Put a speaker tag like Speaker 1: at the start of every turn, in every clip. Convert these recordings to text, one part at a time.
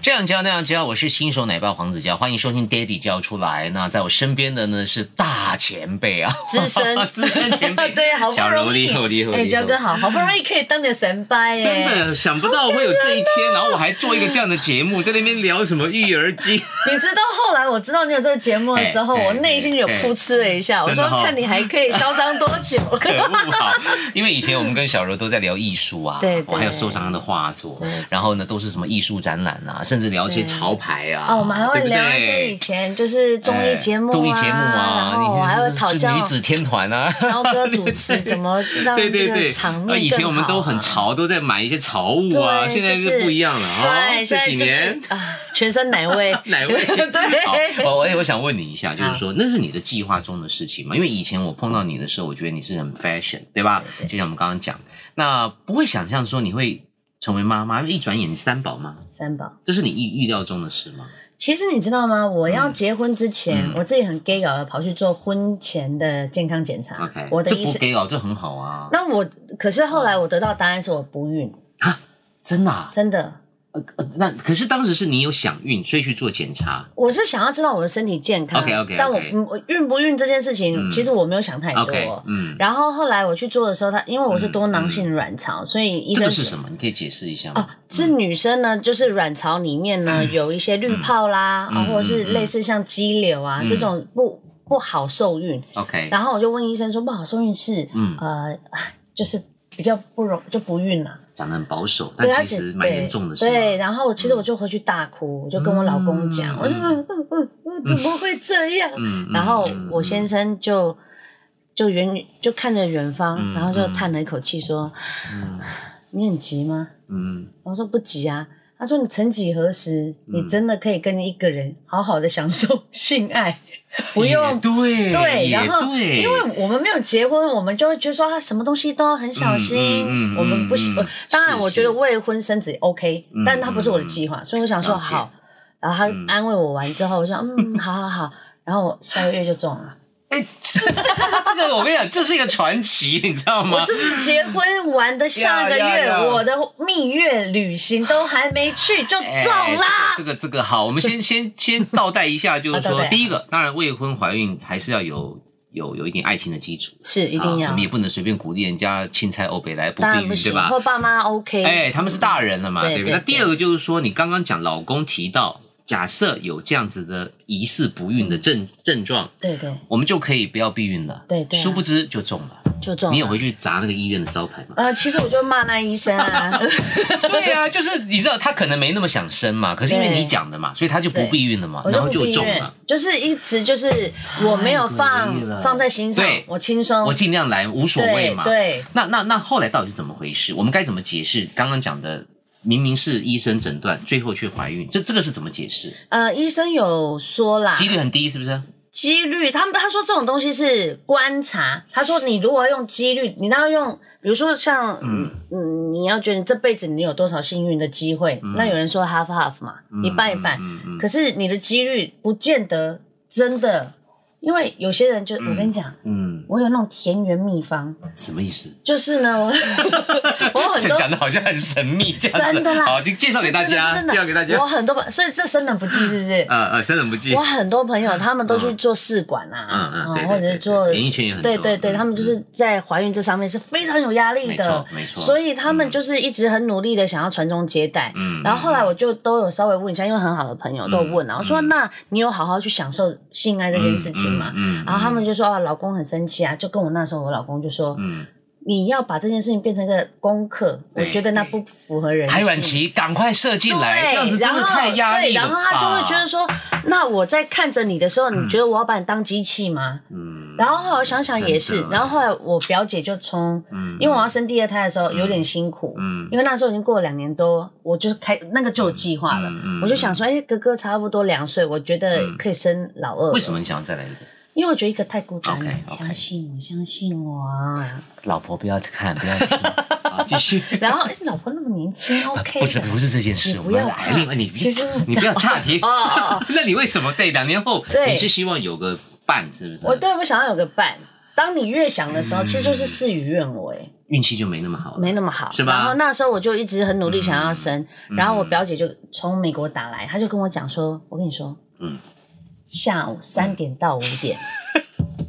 Speaker 1: 这样教那样教，我是新手奶爸黄子教，欢迎收听 Daddy 教出来。那在我身边的呢是大前辈啊，
Speaker 2: 资深
Speaker 1: 资深前辈，
Speaker 2: 对，好不
Speaker 1: 小柔
Speaker 2: 容易，
Speaker 1: 厉害厉害
Speaker 2: 哎，
Speaker 1: 厉
Speaker 2: 焦哥
Speaker 1: 害。
Speaker 2: 好，好不容易可以当你的神拜 耶，
Speaker 1: 真，的想不到会有这一天，然后我还做一个这样的节目，在那边聊什么育儿经，
Speaker 2: 你知道后来我知道你有这个节目的时候，
Speaker 1: 哎哎
Speaker 2: 我内心有噗嗤了一下，我
Speaker 1: 真的
Speaker 2: 说
Speaker 1: 哦
Speaker 2: 看你还可以嚣张多 久。
Speaker 1: 可恶啊！因为以前我们跟小柔都在聊艺术啊，
Speaker 2: 对对
Speaker 1: 我还有收藏她的画作，然后呢都是什么艺术展览啊，甚至聊一些潮牌啊，
Speaker 2: 哦，我们还会
Speaker 1: 对不
Speaker 2: 聊一些
Speaker 1: 对
Speaker 2: 以前就是综艺节目啊，
Speaker 1: 综艺节目啊，
Speaker 2: 然后我还会讨
Speaker 1: 你
Speaker 2: 教
Speaker 1: 是女子天团啊。
Speaker 2: 焦哥主持怎么 让
Speaker 1: 对对
Speaker 2: 这
Speaker 1: 对
Speaker 2: 个场，面
Speaker 1: 那
Speaker 2: 更好啊。
Speaker 1: 以前我们都很潮，都在买一些潮物啊，
Speaker 2: 对
Speaker 1: 现在是不一样了啊
Speaker 2: 对，。现
Speaker 1: 这
Speaker 2: 在
Speaker 1: 几
Speaker 2: 就是
Speaker 1: 年。
Speaker 2: 啊，全身奶味
Speaker 1: 哪位？
Speaker 2: 对啊
Speaker 1: 好，哦我我想问你一下，就是说那是你的计划中的事情吗？因为以前我碰到你的时候，我觉得你是很 fashion，对吧？就像我们刚刚讲，那不会想象说你会成为妈妈，因为一转眼你三宝妈，
Speaker 2: 三宝，
Speaker 1: 这是你预预料中的事吗？
Speaker 2: 其实你知道吗？我
Speaker 1: 嗯
Speaker 2: 要结婚之前，我自己很 gay 搞的跑去做婚前的健康检查。
Speaker 1: OK，
Speaker 2: 我的
Speaker 1: 这
Speaker 2: 医
Speaker 1: 不嗯
Speaker 2: 生，
Speaker 1: 给哦，这很好啊，
Speaker 2: 那我可是后来我得到答案是我不孕，
Speaker 1: 真的啊、
Speaker 2: 真的。
Speaker 1: 呃呃，那可是当时是你有想孕，所以去做检查。
Speaker 2: 我是想要知道我的身体健康
Speaker 1: OK，OK，OK
Speaker 2: 但我嗯我孕不孕这件事情，
Speaker 1: 嗯
Speaker 2: 其实我没有想太多。
Speaker 1: OK，嗯，
Speaker 2: 然后后来我去做的时候，他因为我是多囊性卵巢，所以医
Speaker 1: 嗯这
Speaker 2: 生
Speaker 1: 个是什么？嗯你可以解释一下
Speaker 2: 哦
Speaker 1: 吗？，
Speaker 2: 是女生呢，就是卵巢里面呢、有一些滤泡啦，
Speaker 1: 嗯
Speaker 2: 啊，或者是类似像肌瘤啊、
Speaker 1: 嗯
Speaker 2: 这种不不好受孕。
Speaker 1: OK，
Speaker 2: 然后我就问医生说，不好受孕是、
Speaker 1: 嗯，
Speaker 2: 呃，就是比较不容就不孕啦、
Speaker 1: 讲的很保守，
Speaker 2: 对，而
Speaker 1: 但其
Speaker 2: 且
Speaker 1: 实蛮严重的是
Speaker 2: 对。
Speaker 1: 吗，
Speaker 2: 对，然后其实我就回去大哭，我就跟我老公讲，
Speaker 1: 嗯
Speaker 2: 我就、嗯嗯嗯嗯，怎么会这样？
Speaker 1: 嗯，嗯
Speaker 2: 然后
Speaker 1: 嗯
Speaker 2: 我先生就就远就看着远方，
Speaker 1: 嗯
Speaker 2: 然后就叹了一口气说：“你很急吗
Speaker 1: 嗯，？”
Speaker 2: 我说：“不急啊。”他说：“你曾几何时，你真的可以跟一个人好好的享受 性爱，不
Speaker 1: 也
Speaker 2: 用。”
Speaker 1: 对
Speaker 2: 对，
Speaker 1: 也
Speaker 2: 然后
Speaker 1: 对，
Speaker 2: 因为我们没有结婚，我们就会觉得说他什么东西都要很小心，
Speaker 1: 嗯嗯嗯
Speaker 2: 我们不喜。
Speaker 1: 嗯
Speaker 2: 呃当然，
Speaker 1: 是
Speaker 2: 我觉得
Speaker 1: 是
Speaker 2: 未婚生子 OK，、
Speaker 1: 嗯
Speaker 2: 但他不是我的计划，所以我想说
Speaker 1: 了解
Speaker 2: 好。然后他
Speaker 1: 嗯
Speaker 2: 安慰我完之后，我说嗯，好好好。然后我下个月就中了。
Speaker 1: 哎，这 个我跟你讲，这是一个传奇，你知道吗
Speaker 2: 我？就是结婚完的上个
Speaker 1: 呀呀
Speaker 2: 月
Speaker 1: 呀，
Speaker 2: 我的蜜月旅行都还没去就
Speaker 1: 哎
Speaker 2: 中啦。
Speaker 1: 这个这个这个好，我们先 先先倒带一下，就是
Speaker 2: 啊倒
Speaker 1: 说，
Speaker 2: 带
Speaker 1: 第一个，当然未婚怀孕还是要有有有一点爱情的基础，
Speaker 2: 是一定
Speaker 1: 啊
Speaker 2: 要
Speaker 1: 我们，也不能随便鼓励人家青菜欧北来不
Speaker 2: 当
Speaker 1: 避
Speaker 2: 然
Speaker 1: 孕，
Speaker 2: 不
Speaker 1: 对
Speaker 2: 行
Speaker 1: 吧？。
Speaker 2: 或爸妈 OK，
Speaker 1: 哎，他们是大人了嘛，
Speaker 2: 对
Speaker 1: 对不对？
Speaker 2: 对
Speaker 1: 那第二个就是说，你刚刚讲老公提到，假设有这样子的疑似不孕的症症状，
Speaker 2: 对对
Speaker 1: 我们就可以不要避孕了。
Speaker 2: 对对啊
Speaker 1: 殊不知就中了。
Speaker 2: 就中了。
Speaker 1: 你有回去砸那个医院的招 牌吗？
Speaker 2: 呃，其实我就骂那医生啊。
Speaker 1: 对呀、就是你知道他可能没那么想生嘛，可是因为
Speaker 2: 对
Speaker 1: 你讲的嘛，所以他就不避孕了嘛，
Speaker 2: 我
Speaker 1: 然
Speaker 2: 就
Speaker 1: 后
Speaker 2: 哦不
Speaker 1: 就
Speaker 2: 避
Speaker 1: 中
Speaker 2: 孕
Speaker 1: 了。，
Speaker 2: 就是一直就是我没有
Speaker 1: 太诡异了
Speaker 2: 放放在心上
Speaker 1: 对，
Speaker 2: 我轻松，
Speaker 1: 我尽量来，无所谓
Speaker 2: 对
Speaker 1: 嘛。
Speaker 2: 对，
Speaker 1: 那那那后来到底是怎么回事？我们该怎么解释刚刚讲的？明明是医生诊断，最后却怀孕，这这个是怎么解释？
Speaker 2: 呃，医生有说啦，
Speaker 1: 几率很低，是不是？
Speaker 2: 几率，他们他说这种东西是观察，他说你如果要用几率，你那要用，比如说像嗯你要觉得你这辈子你有多少幸运的机会，那有人说 half half 嘛，一半一半，
Speaker 1: 嗯嗯
Speaker 2: 可是你的几率不见得真的，因为有些人就、我跟你讲，
Speaker 1: 嗯，
Speaker 2: 我有那种田园秘方，
Speaker 1: 什么意思？
Speaker 2: 就是呢，我 我有很多
Speaker 1: 讲的好像很神秘这样子，
Speaker 2: 真的啦
Speaker 1: 好，哦就介绍给大家，
Speaker 2: 是真
Speaker 1: 介
Speaker 2: 的是
Speaker 1: 绍
Speaker 2: 真
Speaker 1: 给
Speaker 2: 的
Speaker 1: 大家
Speaker 2: 我。很多朋，所以这生冷不忌是不是？
Speaker 1: 呃呃，生冷不忌
Speaker 2: 我。很多朋友他们都去做试管
Speaker 1: 嗯嗯
Speaker 2: 啊，
Speaker 1: 对对
Speaker 2: 哦或者
Speaker 1: 对
Speaker 2: 是
Speaker 1: 对
Speaker 2: 做
Speaker 1: 演艺圈也很多
Speaker 2: 对对对，
Speaker 1: 嗯
Speaker 2: 他们就是在怀孕这上面是非常有压力
Speaker 1: 没错
Speaker 2: 的，
Speaker 1: 没错
Speaker 2: 所以他们就是一直很努力的想要传宗接代。
Speaker 1: 嗯
Speaker 2: 然后后来我就都有稍微问一下，因为很好的朋友都有问啊，
Speaker 1: 嗯
Speaker 2: 我说那你有好好去享受性爱这件事情吗？
Speaker 1: 嗯
Speaker 2: 然后他们就说啊，老公很生气啊，就跟我那时候我老公就说，
Speaker 1: 嗯，
Speaker 2: 你要把这件事情变成一个功课，我
Speaker 1: 对
Speaker 2: 觉得那不符合人性。啊
Speaker 1: 排卵期赶快射进来，
Speaker 2: 对
Speaker 1: 这样子真的太压力了
Speaker 2: 然后对，然后他就会觉得
Speaker 1: 吧，
Speaker 2: 说，那我在看着你的时候，你觉得我要把你当机器吗？
Speaker 1: 嗯
Speaker 2: 然后后来我想想也是
Speaker 1: 真，的
Speaker 2: 然后后来我表姐就从，
Speaker 1: 嗯
Speaker 2: 因为我要生第二胎的时候有点辛苦，
Speaker 1: 嗯
Speaker 2: 因为那时候已经过了两年多，我就是开那个就有计划了
Speaker 1: 嗯嗯嗯，嗯
Speaker 2: 我就想说，哎，哥哥差不多两岁，我觉得可以生老二。
Speaker 1: 为什么？你想要再来一个？
Speaker 2: 因为我觉得一个太孤单了，
Speaker 1: OK，OK
Speaker 2: 相信我，相信我啊。
Speaker 1: 老婆不要看，不要 听，啊继续。
Speaker 2: 然后哎老婆那么年轻 ，OK
Speaker 1: 不是
Speaker 2: 的。
Speaker 1: 不是这件
Speaker 2: 你
Speaker 1: 事，我
Speaker 2: 不
Speaker 1: 们
Speaker 2: 要
Speaker 1: 来哎
Speaker 2: 怕
Speaker 1: 另外你
Speaker 2: 其实
Speaker 1: 你不要岔题。
Speaker 2: 哦哦哦，
Speaker 1: 那你为什么对两年后
Speaker 2: 对
Speaker 1: 你是希望有个伴，是不是？嗯
Speaker 2: 我对我想要有个伴。当你越想的时候，其实就是事与愿违。
Speaker 1: 运气就没那么好了，
Speaker 2: 没那么好，
Speaker 1: 是吧嗯
Speaker 2: 然后那时候我就一直很努力想要生，然后我表姐就从美国打来，她就跟我讲说：“我跟你说，
Speaker 1: 嗯
Speaker 2: 下午三点到五 点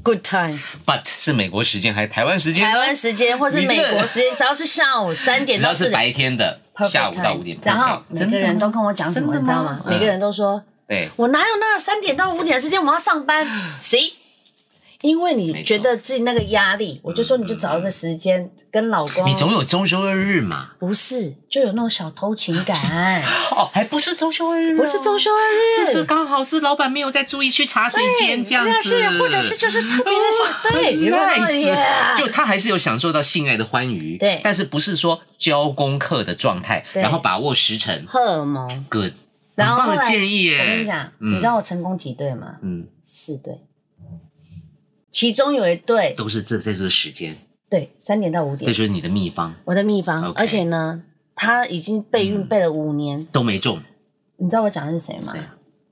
Speaker 2: ，good time，
Speaker 1: ，but 是美国时间还是台湾时间呢？
Speaker 2: 台湾时间或是
Speaker 1: 你这
Speaker 2: 美
Speaker 1: 个
Speaker 2: 国时间，只要是下午三点
Speaker 1: 只
Speaker 2: 到
Speaker 1: 要
Speaker 2: 四
Speaker 1: 是
Speaker 2: 点
Speaker 1: 白天的
Speaker 2: perfect
Speaker 1: 下午到
Speaker 2: time
Speaker 1: 五点，
Speaker 2: 然后
Speaker 1: perfect
Speaker 2: 每个人都跟我讲什么，
Speaker 1: 真的吗
Speaker 2: 你知道吗？
Speaker 1: 嗯
Speaker 2: 每个人都说
Speaker 1: 对，
Speaker 2: 我哪有那三点到五点的时间，我要 上班。谁？因为
Speaker 1: 没
Speaker 2: 你
Speaker 1: 错
Speaker 2: 觉得自己那个压力，我就说你就找一个时间跟老公。
Speaker 1: 你总有周休二日嘛？
Speaker 2: 不是就有那种小偷情感，
Speaker 1: 哦，还不是周休二日哦，
Speaker 2: 不是周休二日，
Speaker 1: 是是刚好是老板没有在注意去茶水间这样
Speaker 2: 对
Speaker 1: 子，哦
Speaker 2: 是或者是就是特别的 小对，有没有
Speaker 1: nice，
Speaker 2: Yeah
Speaker 1: 就他还是有享受到性爱的欢愉，
Speaker 2: 对
Speaker 1: 但是不是说教功课的状态，
Speaker 2: 对
Speaker 1: 然后把握时辰
Speaker 2: 荷尔蒙。
Speaker 1: ，good，
Speaker 2: 然后
Speaker 1: 很
Speaker 2: 后
Speaker 1: 棒的
Speaker 2: 来
Speaker 1: 建议耶。
Speaker 2: 我跟你讲，
Speaker 1: 嗯
Speaker 2: 你知道我成功几对吗？
Speaker 1: 嗯，
Speaker 2: 四对，其中有一对
Speaker 1: 都是这在这个时间，
Speaker 2: 对三点到五
Speaker 1: 这
Speaker 2: 点，
Speaker 1: 就是你的秘方，
Speaker 2: 我的秘方。
Speaker 1: OK
Speaker 2: 而且呢，他已经备孕备了五年，
Speaker 1: 都没中，
Speaker 2: 你知道我讲的是谁吗
Speaker 1: 谁？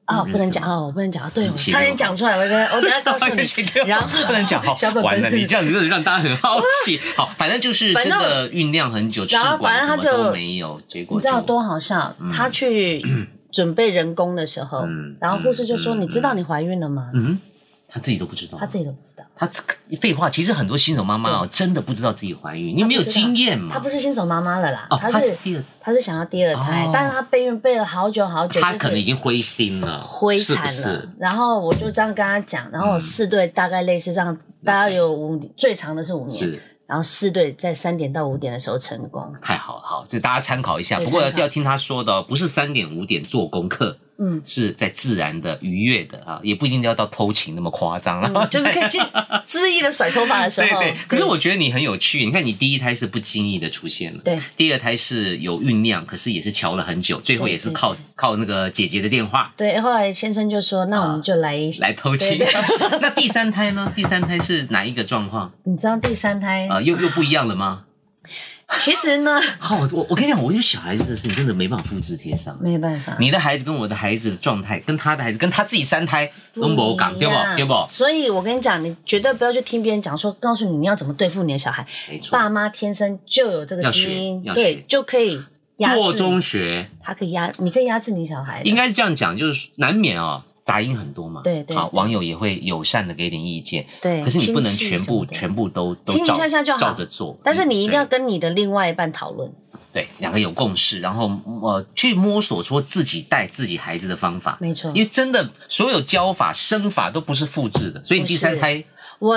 Speaker 1: 啊
Speaker 2: 哦，
Speaker 1: 你
Speaker 2: 不能
Speaker 1: 认识
Speaker 2: 讲哦，我不能讲，对我
Speaker 1: 写
Speaker 2: 差
Speaker 1: 给
Speaker 2: 点
Speaker 1: 我
Speaker 2: 讲出来，我跟 我等一下告诉你
Speaker 1: 写 给我。
Speaker 2: 然后
Speaker 1: 不能讲好
Speaker 2: 小，本本
Speaker 1: 完了，你这样子真的让大家很好 奇。好，反正就是
Speaker 2: 反
Speaker 1: 真
Speaker 2: 正
Speaker 1: 的酝酿很久，试
Speaker 2: 然后
Speaker 1: 管
Speaker 2: 反
Speaker 1: 什
Speaker 2: 正他
Speaker 1: 么
Speaker 2: 就
Speaker 1: 都没有，结果
Speaker 2: 你知道
Speaker 1: 就
Speaker 2: 多好笑？他去准备人工的时候
Speaker 1: 嗯，
Speaker 2: 然后护士就说：“
Speaker 1: 嗯
Speaker 2: 你知道你怀孕了吗
Speaker 1: 嗯，他自己都不知？”道，
Speaker 2: 他自己都不知道，
Speaker 1: 他这个废话，其实很多新手妈妈哦，真的不知道自己怀孕，你没有经验嘛？
Speaker 2: 他不是新手妈妈了啦，
Speaker 1: 哦，
Speaker 2: 他
Speaker 1: 他是
Speaker 2: 是
Speaker 1: 第二次，
Speaker 2: 他是想要第二胎
Speaker 1: 哦，
Speaker 2: 但是他备孕备了好久好久，
Speaker 1: 他
Speaker 2: 就
Speaker 1: 可能已
Speaker 2: 是
Speaker 1: 经灰心了，
Speaker 2: 灰
Speaker 1: 是
Speaker 2: 惨
Speaker 1: 不
Speaker 2: 了。
Speaker 1: 是？嗯
Speaker 2: 然后我就这样跟他讲，然后我四对大概类似这样，大概有五最长的是五年，
Speaker 1: 是
Speaker 2: 然后四对在三点到五点的时候成功。
Speaker 1: 太好了，好，这大家参考一下。
Speaker 2: 对
Speaker 1: 不过
Speaker 2: 参考
Speaker 1: 要听他说的哦，不是三点五点做功课，
Speaker 2: 嗯，
Speaker 1: 是在自然的愉悦的啊，也不一定要到偷情那么夸张了。
Speaker 2: 嗯 就是可以尽恣意的甩头发的时候。
Speaker 1: 哦
Speaker 2: 嗯
Speaker 1: 对对，可是我觉得你很有趣。你看，你第一胎是不经意的出现了，
Speaker 2: 对
Speaker 1: 第二胎是有酝酿，可是也是瞧了很久，最后也是
Speaker 2: 对对
Speaker 1: 靠靠那个姐姐的电话
Speaker 2: 对，后来先生就说：“那我们就来一
Speaker 1: 啊来偷情。
Speaker 2: 对
Speaker 1: 那第三胎呢？第三胎是哪一个状况？
Speaker 2: 你知道第三胎，
Speaker 1: 啊、又又不一样了吗？
Speaker 2: 其实 呢，
Speaker 1: 好，我我跟你讲，我觉得小孩子的事情真的没办法复制贴上。
Speaker 2: 没办法，
Speaker 1: 你的孩子跟我的孩子的状态，跟他的孩子，跟他自己三胎都
Speaker 2: 不
Speaker 1: 无
Speaker 2: 一
Speaker 1: 讲，
Speaker 2: 样
Speaker 1: 对不？对不？
Speaker 2: 所以我跟你讲，你绝对不要去听别人讲说，告诉你你要怎么对付你的小孩，
Speaker 1: 没错，
Speaker 2: 爸妈天生就有这个基因，
Speaker 1: 要学要学
Speaker 2: 对，就可以压
Speaker 1: 做
Speaker 2: 制，
Speaker 1: 中学
Speaker 2: 他可以压，你可以压制你小孩的，
Speaker 1: 应该是这样讲，就是难免哦，杂音很多嘛。
Speaker 2: 对对
Speaker 1: 好，
Speaker 2: 对
Speaker 1: 网友也会友善的给点意见，
Speaker 2: 对，
Speaker 1: 可是你不能
Speaker 2: 亲戚
Speaker 1: 全
Speaker 2: 什
Speaker 1: 部
Speaker 2: 么的
Speaker 1: 全部都都
Speaker 2: 听一
Speaker 1: 照
Speaker 2: 下下就好
Speaker 1: 照着做，嗯
Speaker 2: 但是你一定要
Speaker 1: 对
Speaker 2: 跟你的另外一半讨论，
Speaker 1: 对两个有共识，然后呃去摸索说自己带自己孩子的方法，
Speaker 2: 没错
Speaker 1: 因。为真的所有教法生法都不是复制的，所以你第三胎
Speaker 2: 我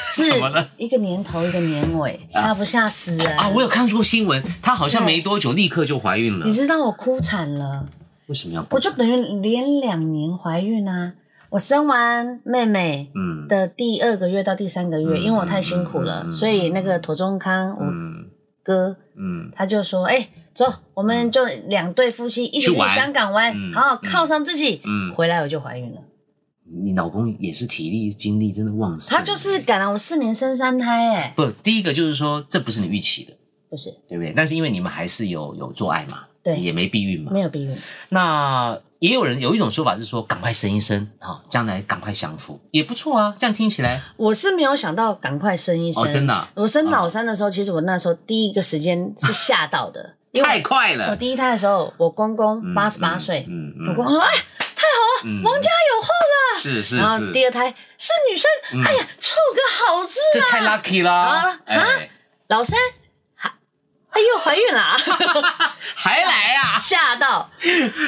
Speaker 2: 是
Speaker 1: 怎么了啊
Speaker 2: 一个年头一个年尾，吓不吓死人
Speaker 1: 啊，我啊有看过新闻，她好像
Speaker 2: 对
Speaker 1: 没多久立刻就怀孕了
Speaker 2: 你，知道我哭惨了，
Speaker 1: 为什么要？
Speaker 2: 我就等于连两年怀孕啊！我生完妹妹
Speaker 1: 嗯
Speaker 2: 的第二个月到第三个月，
Speaker 1: 嗯
Speaker 2: 因为我太辛苦了，
Speaker 1: 嗯嗯
Speaker 2: 所以那个妥中康我
Speaker 1: 嗯
Speaker 2: 哥
Speaker 1: 嗯，
Speaker 2: 他就说：“哎、走，我们就两对夫妻一起
Speaker 1: 去
Speaker 2: 去
Speaker 1: 玩
Speaker 2: 香港玩
Speaker 1: 嗯，
Speaker 2: 好好
Speaker 1: 嗯
Speaker 2: 犒赏自己。”
Speaker 1: 嗯
Speaker 2: 回来我就怀孕了。
Speaker 1: 你老公也是体力精力真的旺盛，
Speaker 2: 他就是赶了我四年生三胎、哎，
Speaker 1: 不第一个就是说这不是你预期的，
Speaker 2: 不是
Speaker 1: 对不对？但是因为你们还是有有做爱嘛，
Speaker 2: 对
Speaker 1: 也没避孕嘛，
Speaker 2: 没有避孕，
Speaker 1: 那也有人有一种说法是说，赶快生一生啊、哦将来赶快享福也不错啊。这样听起来
Speaker 2: 我是没有想到赶快生一生。
Speaker 1: 哦，真的啊、
Speaker 2: 我生老三的时候，其实我那时候第一个时间是吓到的，因
Speaker 1: 哦
Speaker 2: 为
Speaker 1: 太快
Speaker 2: 我
Speaker 1: 了。
Speaker 2: 第一胎的时候，我公公
Speaker 1: 嗯
Speaker 2: 八十八岁，
Speaker 1: 嗯
Speaker 2: 我公公说：“哎，
Speaker 1: 王家
Speaker 2: 有后
Speaker 1: 了，是是嗯
Speaker 2: 然后
Speaker 1: 是，
Speaker 2: 第二胎是女生，哎呀，凑个好字
Speaker 1: 这太
Speaker 2: 啊！
Speaker 1: lucky 啦
Speaker 2: 啊，
Speaker 1: 哎，
Speaker 2: 老三还哎又怀孕了、 啊，
Speaker 1: 还来啊，
Speaker 2: 吓到。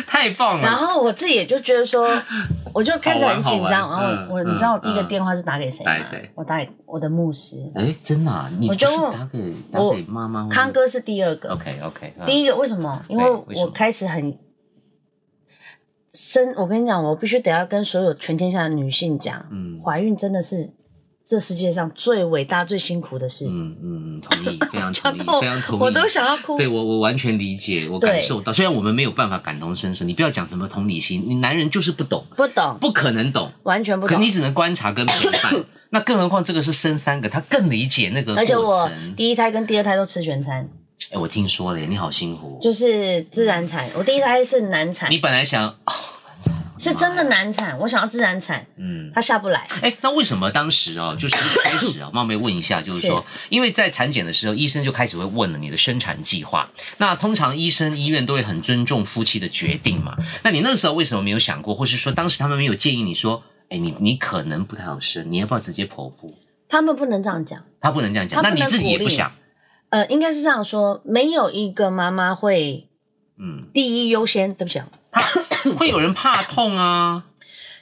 Speaker 1: 太棒
Speaker 2: 啊然
Speaker 1: 了。
Speaker 2: 后我自己也就觉得 说，我就开始很紧
Speaker 1: 好
Speaker 2: 张。然
Speaker 1: 玩
Speaker 2: 后
Speaker 1: 好玩
Speaker 2: 我我
Speaker 1: 嗯
Speaker 2: 你知道我第一个
Speaker 1: 嗯
Speaker 2: 电话是打给谁吗
Speaker 1: 打给谁？
Speaker 2: 我打给我的牧师
Speaker 1: 哎，真的啊，你不
Speaker 2: 我就是
Speaker 1: 打给打给妈妈
Speaker 2: 康哥是第二个，
Speaker 1: ？OK OK，
Speaker 2: 第
Speaker 1: 一
Speaker 2: 一个为什么？因
Speaker 1: 嗯
Speaker 2: 为
Speaker 1: 哦对为什么
Speaker 2: 我开始很。生，我跟你讲，我必须得要跟所有全天下的女性讲，
Speaker 1: 嗯
Speaker 2: 怀孕真的是这世界上最伟大、最辛苦的事。
Speaker 1: 嗯嗯，同意，非常 同
Speaker 2: 讲
Speaker 1: 意，
Speaker 2: 到
Speaker 1: 非常同意，
Speaker 2: 我都想要哭。
Speaker 1: 对我，我完全理解，我感
Speaker 2: 对
Speaker 1: 受到。虽然我们没有办法感同身受，你不要讲什么同理心，你男人就是不懂，
Speaker 2: 不懂，
Speaker 1: 不可能懂。
Speaker 2: 完全不
Speaker 1: 可是
Speaker 2: 懂
Speaker 1: 你。只能观察跟陪 伴，那更何况这个是生三个，他更理解那个
Speaker 2: 而且
Speaker 1: 过
Speaker 2: 我
Speaker 1: 程。
Speaker 2: 第一胎跟第二胎都吃全餐，
Speaker 1: 哎，我听说了耶，你好辛苦。
Speaker 2: 就是自然产。我第一胎是难产
Speaker 1: 你，本来想，哦
Speaker 2: 是真的难产，我想要自然产，
Speaker 1: 嗯。
Speaker 2: 她下不来。
Speaker 1: 哎，那为什么当时哦，就是一开始啊，冒昧问一下，就是说，因为在产检的时候，医生就开始会问了你的生产计划。那通常医生、医院都会很尊重夫妻的决定嘛。那你那时候为什么没有想过，或是说当时他们没有建议你说，哎，你你可能不太好生，你要不要直接剖腹？
Speaker 2: 他们不能这样讲，
Speaker 1: 他不能这样讲，
Speaker 2: 他
Speaker 1: 那
Speaker 2: 不能
Speaker 1: 你自己也
Speaker 2: 鼓励
Speaker 1: 不想，
Speaker 2: 呃，应该是这样说，没有一个妈妈会
Speaker 1: 嗯，
Speaker 2: 第一优先。对不起啊，
Speaker 1: 会有人怕痛啊，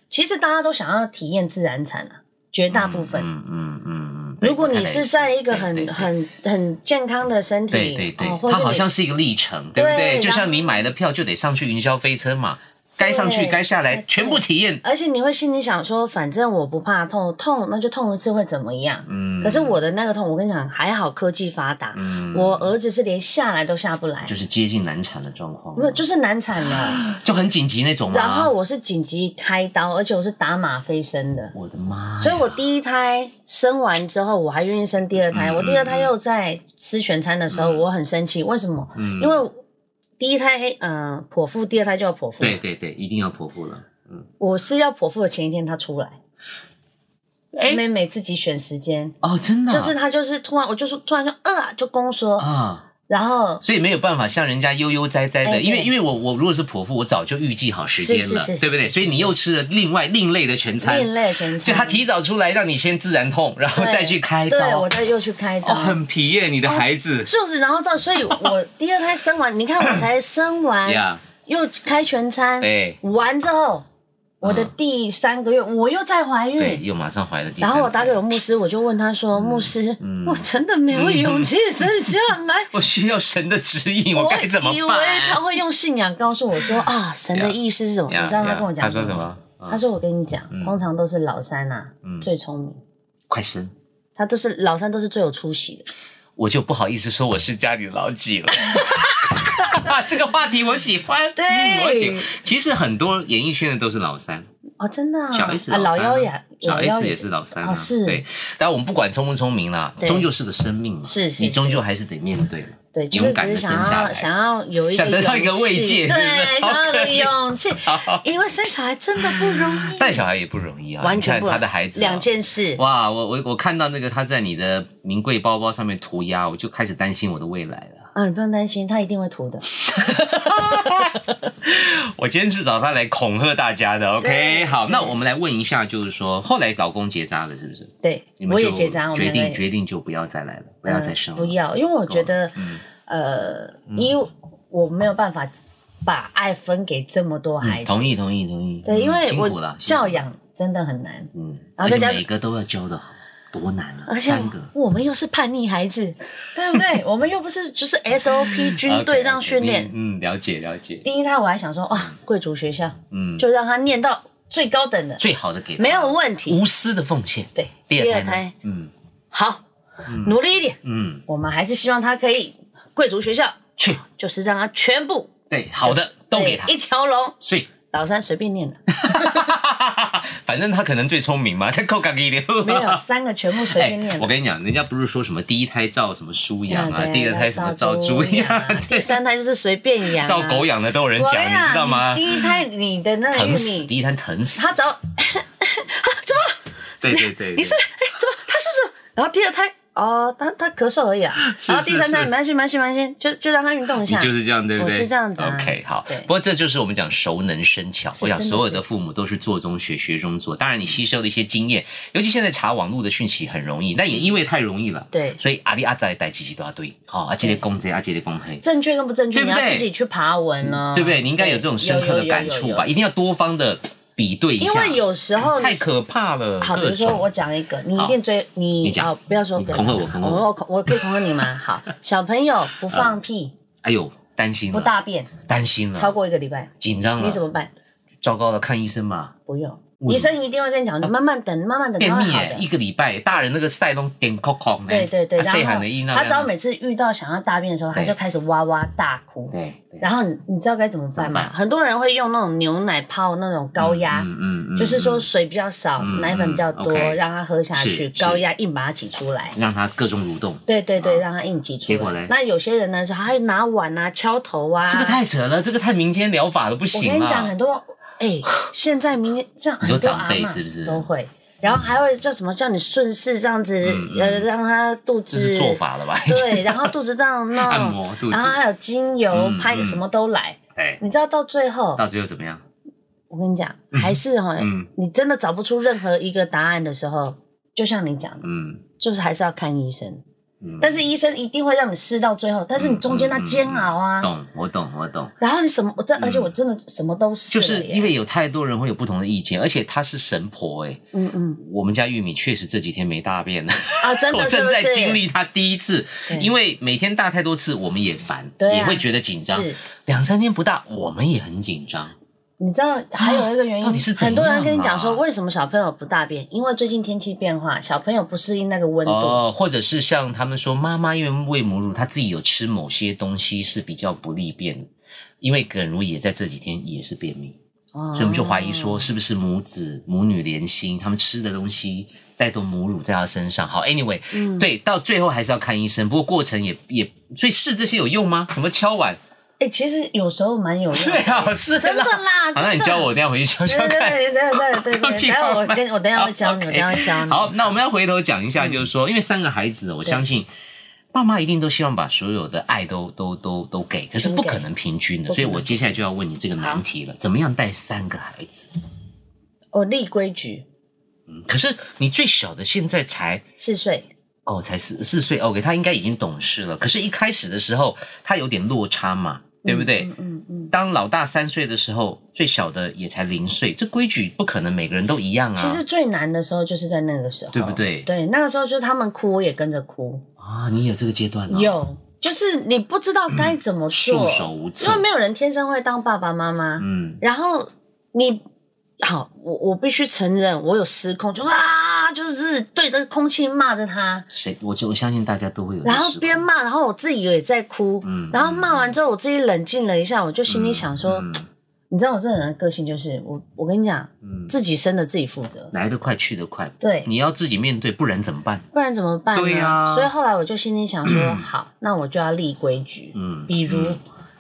Speaker 2: 其实大家都想要体验自然产啊，绝大部分。
Speaker 1: 嗯嗯嗯嗯。对
Speaker 2: 如果
Speaker 1: 我
Speaker 2: 你
Speaker 1: 太太
Speaker 2: 是在一个
Speaker 1: 对对
Speaker 2: 很
Speaker 1: 对
Speaker 2: 很很健康的身体，
Speaker 1: 对对对
Speaker 2: 哦、，或
Speaker 1: 它
Speaker 2: 者
Speaker 1: 好像是一个历程，对不
Speaker 2: 对
Speaker 1: 对？
Speaker 2: 然
Speaker 1: 就
Speaker 2: 后
Speaker 1: 像你买了票就得上去云霄飞车嘛，该上去
Speaker 2: 对
Speaker 1: 该下来
Speaker 2: 对
Speaker 1: 全部体验。
Speaker 2: 而且你会心里想说，反正我不怕痛，痛那就痛一次会怎么样？
Speaker 1: 嗯，
Speaker 2: 可是我的那个痛，我跟你讲，还好科技发达，
Speaker 1: 嗯
Speaker 2: 我儿子是连下来都下不来
Speaker 1: 就，是接近难产的状况，
Speaker 2: 没有就是难 产了。
Speaker 1: 就很紧急那种嘛。啊
Speaker 2: 然后我是紧急开刀，而且我是打吗啡生的，
Speaker 1: 我的哎妈呀，
Speaker 2: 所以我第一胎生完之后，我还愿意生第二胎。
Speaker 1: 嗯
Speaker 2: 我第二胎又在吃全餐的时候，我很生气，为什么？
Speaker 1: 嗯
Speaker 2: 因为第一胎嗯、呃剖腹，第二胎就要剖腹，
Speaker 1: 对对对，一定要剖腹了。
Speaker 2: 我是要剖腹的前一天她出来，
Speaker 1: 哎
Speaker 2: 妹妹自己选时间。
Speaker 1: 哦，真的啊
Speaker 2: 就是她，就是突然，我就说突然就饿啊，就宫缩，
Speaker 1: 啊，
Speaker 2: 然后
Speaker 1: 所以没有办法像人家悠悠哉哉
Speaker 2: 哎
Speaker 1: 的，
Speaker 2: 对
Speaker 1: 因为因为我我如果是剖腹，我早就预计好时间
Speaker 2: 是
Speaker 1: 了
Speaker 2: 是是，是
Speaker 1: 对不对？
Speaker 2: 是
Speaker 1: 所以你又吃了另外另类的全餐，
Speaker 2: 另类全
Speaker 1: 就
Speaker 2: 餐。
Speaker 1: 他提早出来让你先自然痛，然后
Speaker 2: 对
Speaker 1: 再去开刀。
Speaker 2: 对我再又去开刀，
Speaker 1: 哦，很皮耶，你的孩子。
Speaker 2: 就是然后到，所以 我第二胎生完，你看我才生完，
Speaker 1: 呀，哎
Speaker 2: 又开全餐，
Speaker 1: 对
Speaker 2: 完之后，我的
Speaker 1: 嗯
Speaker 2: 第三个月我又再怀
Speaker 1: 对，
Speaker 2: 孕。
Speaker 1: 又马上怀了第三嗯
Speaker 2: 嗯然
Speaker 1: 胎。
Speaker 2: 后我打给我牧师，我就问他说：“牧师，我真的没有勇气生下来，
Speaker 1: 我需要神的指引， 我该怎么
Speaker 2: 以为他
Speaker 1: 办？
Speaker 2: 会用信仰告诉我说 啊，神的意思是什么？”你
Speaker 1: 呀
Speaker 2: 知道他
Speaker 1: 呀
Speaker 2: 跟我讲
Speaker 1: 他说什？么？嗯啊
Speaker 2: 他说：“我跟你讲，通常都是老三呐最聪明，
Speaker 1: 快生！
Speaker 2: 他都是老三都是最有出息的。
Speaker 1: 我就不好意思说我是家里老几了。 这个话题我喜欢，
Speaker 2: 对
Speaker 1: 嗯我喜欢。其实很多演艺圈的都是老三，
Speaker 2: 哦，真的啊，
Speaker 1: 小 S
Speaker 2: 啊，老
Speaker 1: 三啊
Speaker 2: 幺也
Speaker 1: 小
Speaker 2: 老幺
Speaker 1: S 也是老三啊，
Speaker 2: 哦是
Speaker 1: 对。但我们不管聪不聪明啦，
Speaker 2: 对
Speaker 1: 终究是个生命嘛，
Speaker 2: 是是
Speaker 1: 你终究还是得面对嘛。
Speaker 2: 对，就是
Speaker 1: 勇
Speaker 2: 只
Speaker 1: 敢
Speaker 2: 是
Speaker 1: 地
Speaker 2: 想
Speaker 1: 生下
Speaker 2: 要
Speaker 1: 来
Speaker 2: 想要有一个
Speaker 1: 想得到一个
Speaker 2: 勇气
Speaker 1: 慰藉是不是
Speaker 2: 对，想
Speaker 1: 好
Speaker 2: 要有
Speaker 1: 可
Speaker 2: 个
Speaker 1: 怜
Speaker 2: 勇气，因为生小孩真的不容易，
Speaker 1: 带小孩也不容易啊，
Speaker 2: 完
Speaker 1: 你
Speaker 2: 全
Speaker 1: 看
Speaker 2: 不容易
Speaker 1: 他的孩子啊
Speaker 2: 两件事，
Speaker 1: 哇，我我我看到那个他在你的名贵包包上面涂鸦，我就开始担心我的未来了。
Speaker 2: 啊，你不用担心，他一定会涂的。
Speaker 1: 我今天是找他来恐吓大家的，OK？
Speaker 2: 对
Speaker 1: 好，
Speaker 2: 对
Speaker 1: 那我们来问一下，就是说后来老公结扎了，是不是？
Speaker 2: 对
Speaker 1: 你，们
Speaker 2: 我也
Speaker 1: 就
Speaker 2: 结扎，我们
Speaker 1: 决
Speaker 2: 两
Speaker 1: 定
Speaker 2: 个也
Speaker 1: 决定就不要再来了，不
Speaker 2: 嗯
Speaker 1: 要再生了。嗯
Speaker 2: 不要，因为我觉得，呃，因为我没有办法把爱分给这么多孩
Speaker 1: 嗯，
Speaker 2: 子，
Speaker 1: 同意同意同意。
Speaker 2: 对，因
Speaker 1: 嗯
Speaker 2: 为
Speaker 1: 辛苦
Speaker 2: 我
Speaker 1: 了，
Speaker 2: 教
Speaker 1: 辛苦了，
Speaker 2: 养真的很难，
Speaker 1: 嗯，
Speaker 2: 然后
Speaker 1: 而
Speaker 2: 再
Speaker 1: 且
Speaker 2: 加
Speaker 1: 每个都要教的好，多难啊！
Speaker 2: 而且
Speaker 1: 三个。
Speaker 2: 我们又是叛逆孩子，对不对？我们又不是就是 SOP 军队这样
Speaker 1: OK，OK，
Speaker 2: 训练
Speaker 1: 你，嗯，了解了解，
Speaker 2: 第一胎我还想说，哇，哦贵族学校
Speaker 1: 嗯，
Speaker 2: 就让他念到最高等的，
Speaker 1: 最好的给他
Speaker 2: 没有问题。
Speaker 1: 无私的奉献。
Speaker 2: 对，
Speaker 1: 第二
Speaker 2: 呢
Speaker 1: 胎呢，嗯
Speaker 2: 好，努力一点，
Speaker 1: 嗯，
Speaker 2: 我们还是希望他可以贵族学校，
Speaker 1: 去
Speaker 2: 就是让他全部
Speaker 1: 对好的都给他
Speaker 2: 对，一条龙。
Speaker 1: 所以
Speaker 2: 老三随便念的，
Speaker 1: 反正他可能最聪明嘛，他 够干一点。
Speaker 2: 没有三个全部随便念
Speaker 1: 哎我
Speaker 2: 的。
Speaker 1: 跟你讲，人家不是说什么第一胎照什么猪养啊，
Speaker 2: 对
Speaker 1: 第二胎什么照猪
Speaker 2: 养
Speaker 1: 养
Speaker 2: 啊，
Speaker 1: 对
Speaker 2: 第，三胎就是随便养啊，
Speaker 1: 照狗养的都有人
Speaker 2: 我
Speaker 1: 讲，
Speaker 2: 跟你
Speaker 1: 你知道吗
Speaker 2: 你？第一胎你的那个玉
Speaker 1: 疼死，
Speaker 2: 米，
Speaker 1: 第一胎疼死。
Speaker 2: 他只要啊怎么了？
Speaker 1: 对对对，
Speaker 2: 你是不是？哎，怎么？他是不是？然后第二胎哦，他他咳嗽而已啊。
Speaker 1: 是
Speaker 2: 然后第三
Speaker 1: 是
Speaker 2: 胎
Speaker 1: 是
Speaker 2: 没关系，没关系，没关系，就就让他运动一
Speaker 1: 你
Speaker 2: 下。
Speaker 1: 就是这样，对不对？
Speaker 2: 我是这样子啊
Speaker 1: OK，好
Speaker 2: 对。
Speaker 1: 不过这就是我们讲熟能生巧。
Speaker 2: 是
Speaker 1: 我想
Speaker 2: 真的
Speaker 1: 所有
Speaker 2: 是
Speaker 1: 的父母都是做中学，学中做。当然，你吸收的一些经验，尤其现在查网络的讯息很容易，但也因为太容易了，
Speaker 2: 对
Speaker 1: 所以阿里阿仔带鸡鸡都要对，好，啊，这个公这个，啊，这个公黑。
Speaker 2: 正确跟不正确，
Speaker 1: 对不
Speaker 2: 你
Speaker 1: 对
Speaker 2: 要自己去爬文了，
Speaker 1: 对不对？你应该有这种深刻的感触吧？？一定要多方的比对一
Speaker 2: 有有有有有因
Speaker 1: 下，
Speaker 2: 为有时候
Speaker 1: 太可怕了。
Speaker 2: 好，比
Speaker 1: 各
Speaker 2: 如说
Speaker 1: 种
Speaker 2: 我讲一个，你一定追你
Speaker 1: 你讲
Speaker 2: 哦，不要说
Speaker 1: 你
Speaker 2: 不要
Speaker 1: 恐吓
Speaker 2: 说
Speaker 1: 我恐吓我
Speaker 2: 我，我恐我可以恐吓你 吗？好，小朋友不放屁
Speaker 1: 哎呦，担心
Speaker 2: 不
Speaker 1: 了，
Speaker 2: 大便
Speaker 1: 担心
Speaker 2: 超
Speaker 1: 了，
Speaker 2: 过一个礼拜，
Speaker 1: 紧张了，
Speaker 2: 你怎么办？
Speaker 1: 糟糕了？看医生嘛，
Speaker 2: 不用，
Speaker 1: 嗯为
Speaker 2: 医
Speaker 1: 什么哦
Speaker 2: 生一定会跟你讲，你慢慢等，慢慢等，
Speaker 1: 便
Speaker 2: 它会
Speaker 1: 秘
Speaker 2: 好
Speaker 1: 耶，一
Speaker 2: 的。
Speaker 1: 个礼拜，大人那个塞东点扣扣呢，
Speaker 2: 对对对，
Speaker 1: 啊
Speaker 2: 然后
Speaker 1: 细汉的婴儿
Speaker 2: 他只要每次遇到想要大便的时候，他
Speaker 1: 对
Speaker 2: 就开始哇哇大哭。
Speaker 1: 对对
Speaker 2: 然后你你知道该怎么办
Speaker 1: 怎
Speaker 2: 吗
Speaker 1: 么？
Speaker 2: 很多人会用那种牛奶泡那种高压，
Speaker 1: 嗯嗯
Speaker 2: 就是说水比较少，
Speaker 1: 嗯
Speaker 2: 奶粉比较
Speaker 1: 嗯
Speaker 2: 多，
Speaker 1: ，OK
Speaker 2: 让它喝下去
Speaker 1: 是，是
Speaker 2: 高压硬把它挤出来。
Speaker 1: 让他各种蠕动，
Speaker 2: 对对对，
Speaker 1: 啊
Speaker 2: 让它硬挤出来。
Speaker 1: 结果嘞
Speaker 2: 那有些人呢，是还拿碗啊、敲头啊。
Speaker 1: 这个太扯了，这个太民间疗法了，不
Speaker 2: 我
Speaker 1: 行
Speaker 2: 跟你讲，
Speaker 1: 啊
Speaker 2: 很。多 哎，现在明年这样
Speaker 1: 你说
Speaker 2: 很多
Speaker 1: 长
Speaker 2: 阿
Speaker 1: 辈
Speaker 2: 嬷
Speaker 1: 是不是
Speaker 2: 都会？然后还会叫什么叫你顺势这样子，呃，让他肚
Speaker 1: 嗯这
Speaker 2: 子
Speaker 1: 是做法了吧？
Speaker 2: 对，然后肚子这样弄，
Speaker 1: 按摩肚子
Speaker 2: 然后还有精油
Speaker 1: 嗯
Speaker 2: 拍
Speaker 1: 嗯
Speaker 2: 什么都来。
Speaker 1: 哎，
Speaker 2: 你知道到最后，
Speaker 1: 到最后怎么样？
Speaker 2: 我跟你讲，还是哈，
Speaker 1: 嗯
Speaker 2: 你真的找不出任何一个答案的时候，就像你讲的，
Speaker 1: 嗯
Speaker 2: 就是还是要看医生。
Speaker 1: 嗯，
Speaker 2: 但是医生一定会让你试到最后，但是你中间那煎熬啊，
Speaker 1: 嗯懂，我懂，我懂。
Speaker 2: 然后你什么，我真而且我真的什么都试
Speaker 1: 就
Speaker 2: 了
Speaker 1: 是
Speaker 2: 耶
Speaker 1: 因为有太多人会有不同的意见，而且她是神婆哎、
Speaker 2: 嗯嗯
Speaker 1: 我们家玉米确实这几天没大便了，
Speaker 2: 啊，真
Speaker 1: 我
Speaker 2: 的是
Speaker 1: 正
Speaker 2: 不
Speaker 1: 在
Speaker 2: 是？
Speaker 1: 经历她第一次
Speaker 2: 对，
Speaker 1: 因为每天大太多次，我们也烦，
Speaker 2: 对啊
Speaker 1: 也会觉得紧张。
Speaker 2: 是，
Speaker 1: 两三天不大，我们也很紧张。
Speaker 2: 你知道还有一个原因，
Speaker 1: 到底是怎样
Speaker 2: 很多人跟你讲说，
Speaker 1: 啊
Speaker 2: 为什么小朋友不大便？因为最近天气变化，小朋友不适应那个温度。
Speaker 1: 哦，或者是像他们说，妈妈因为喂母乳，她自己有吃某些东西是比较不利便的，因为耿如也在这几天也是便秘，
Speaker 2: 哦
Speaker 1: 所以我们就怀疑说是不是母子母女连心，他们吃的东西带动母乳在她身上。好，anyway，、
Speaker 2: 嗯
Speaker 1: 对，到最后还是要看医生，不过过程也也，所以试这些有用吗？什么敲碗？
Speaker 2: 哎、其实有时候蛮有 用
Speaker 1: 对
Speaker 2: 的，
Speaker 1: 啊，是
Speaker 2: 真的
Speaker 1: 啦。
Speaker 2: 啦，
Speaker 1: 好，那你
Speaker 2: 真的
Speaker 1: 教我，等一下回去敲
Speaker 2: 对
Speaker 1: 敲
Speaker 2: 对
Speaker 1: 看。
Speaker 2: 对对对 对
Speaker 1: 空
Speaker 2: 对，
Speaker 1: 气
Speaker 2: 然后我
Speaker 1: 慢慢
Speaker 2: 跟我等一下会教你，
Speaker 1: 好
Speaker 2: 我等一下会教你。嗯
Speaker 1: 好，那我们要回头讲一下，就是说，因为三个孩子，我相信爸妈一定都希望把所有的爱都都都都给，可是不可能平均的，
Speaker 2: 不可
Speaker 1: 所以
Speaker 2: 能
Speaker 1: 我接下来就要问你这个难题了：怎么样带三个孩子？
Speaker 2: 我哦立规矩，
Speaker 1: 嗯，可是你最小的现在才
Speaker 2: 四岁，
Speaker 1: 哦，才十四岁，OK，他应该已经懂事了。可是，一开始的时候，他有点落差嘛，对不对？
Speaker 2: 嗯嗯嗯。
Speaker 1: 当老大三岁的时候，最小的也才零岁，这规矩不可能每个人都一样啊。
Speaker 2: 嗯其实最难的时候就是在那个时候，
Speaker 1: 对不对
Speaker 2: 对，那个时候就是他们哭，我也跟着哭。
Speaker 1: 啊，你有这个阶段啊，
Speaker 2: 有，就是你不知道该怎么
Speaker 1: 束，
Speaker 2: 做
Speaker 1: 手无策
Speaker 2: 因为，没有人天生会当爸爸妈妈。
Speaker 1: 嗯。
Speaker 2: 然后你好，我我必须承认，我有失控，就啊，就是对着空气骂着他，
Speaker 1: 谁？我就我相信大家都会有这
Speaker 2: 然
Speaker 1: 时候。
Speaker 2: 后边骂，然后我自己也在哭。
Speaker 1: 嗯
Speaker 2: 然后骂完之后，我自己冷静了一下，我就心里想说，
Speaker 1: 嗯
Speaker 2: 你知道我这个人的个性就是，我我跟你讲，
Speaker 1: 嗯，
Speaker 2: 自己生的自己负责，
Speaker 1: 来得快去得快，
Speaker 2: 对，
Speaker 1: 你要自己面对，不然怎么办？
Speaker 2: 不然怎么办呢？
Speaker 1: 对呀
Speaker 2: 所以后来我就心里想说，好，那我就要立规矩，
Speaker 1: 嗯，
Speaker 2: 比如、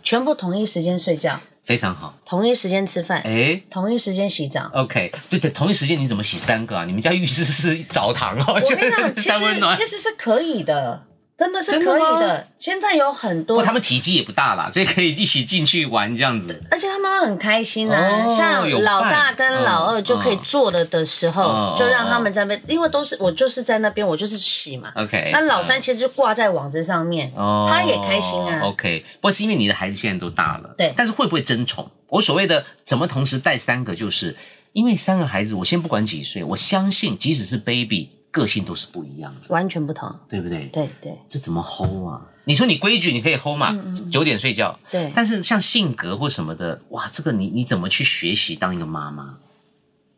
Speaker 2: 全部同一时间睡觉，
Speaker 1: 非常好。
Speaker 2: 同一时间吃饭，
Speaker 1: 哎
Speaker 2: 同一时间 洗澡。
Speaker 1: ，OK，对对，同一时间你怎么洗三个啊？你们家浴室是澡堂哦，
Speaker 2: 我跟你讲，
Speaker 1: 就是
Speaker 2: 其
Speaker 1: 三温暖
Speaker 2: 实其。实是可以的，真的是
Speaker 1: 真的
Speaker 2: 可以的。
Speaker 1: 吗
Speaker 2: 现在有很
Speaker 1: 不
Speaker 2: 多
Speaker 1: 过他，们体积也不大啦，所以可以一起进去玩这样子。
Speaker 2: 而且他妈妈很开心啊。
Speaker 1: 哦
Speaker 2: 像
Speaker 1: 有
Speaker 2: 老大
Speaker 1: 伴
Speaker 2: 跟老二
Speaker 1: 嗯
Speaker 2: 就可以
Speaker 1: 嗯
Speaker 2: 坐了的时候，
Speaker 1: 哦
Speaker 2: 就让
Speaker 1: 哦
Speaker 2: 他们在那边，因为都是我就是在那边，我就是洗嘛。
Speaker 1: OK，
Speaker 2: 那老三
Speaker 1: 嗯
Speaker 2: 其实就挂在网子上面，
Speaker 1: 哦，
Speaker 2: 他也开心啊
Speaker 1: OK，不过是因为你的孩子现在都大了，
Speaker 2: 对
Speaker 1: 但是会不会争宠？我所谓的怎么同时带三个，就是因为三个孩子，我先不管几岁，我相信即使是 baby，个性都是不一样的，
Speaker 2: 完全不同。
Speaker 1: 对不对？
Speaker 2: 对对
Speaker 1: 这怎么 hold 啊？你说你规矩你可以 hold 嘛，九、点睡觉，
Speaker 2: 嗯对，
Speaker 1: 但是像性格或什么的，哇，这个你你怎么去学习当一个妈妈？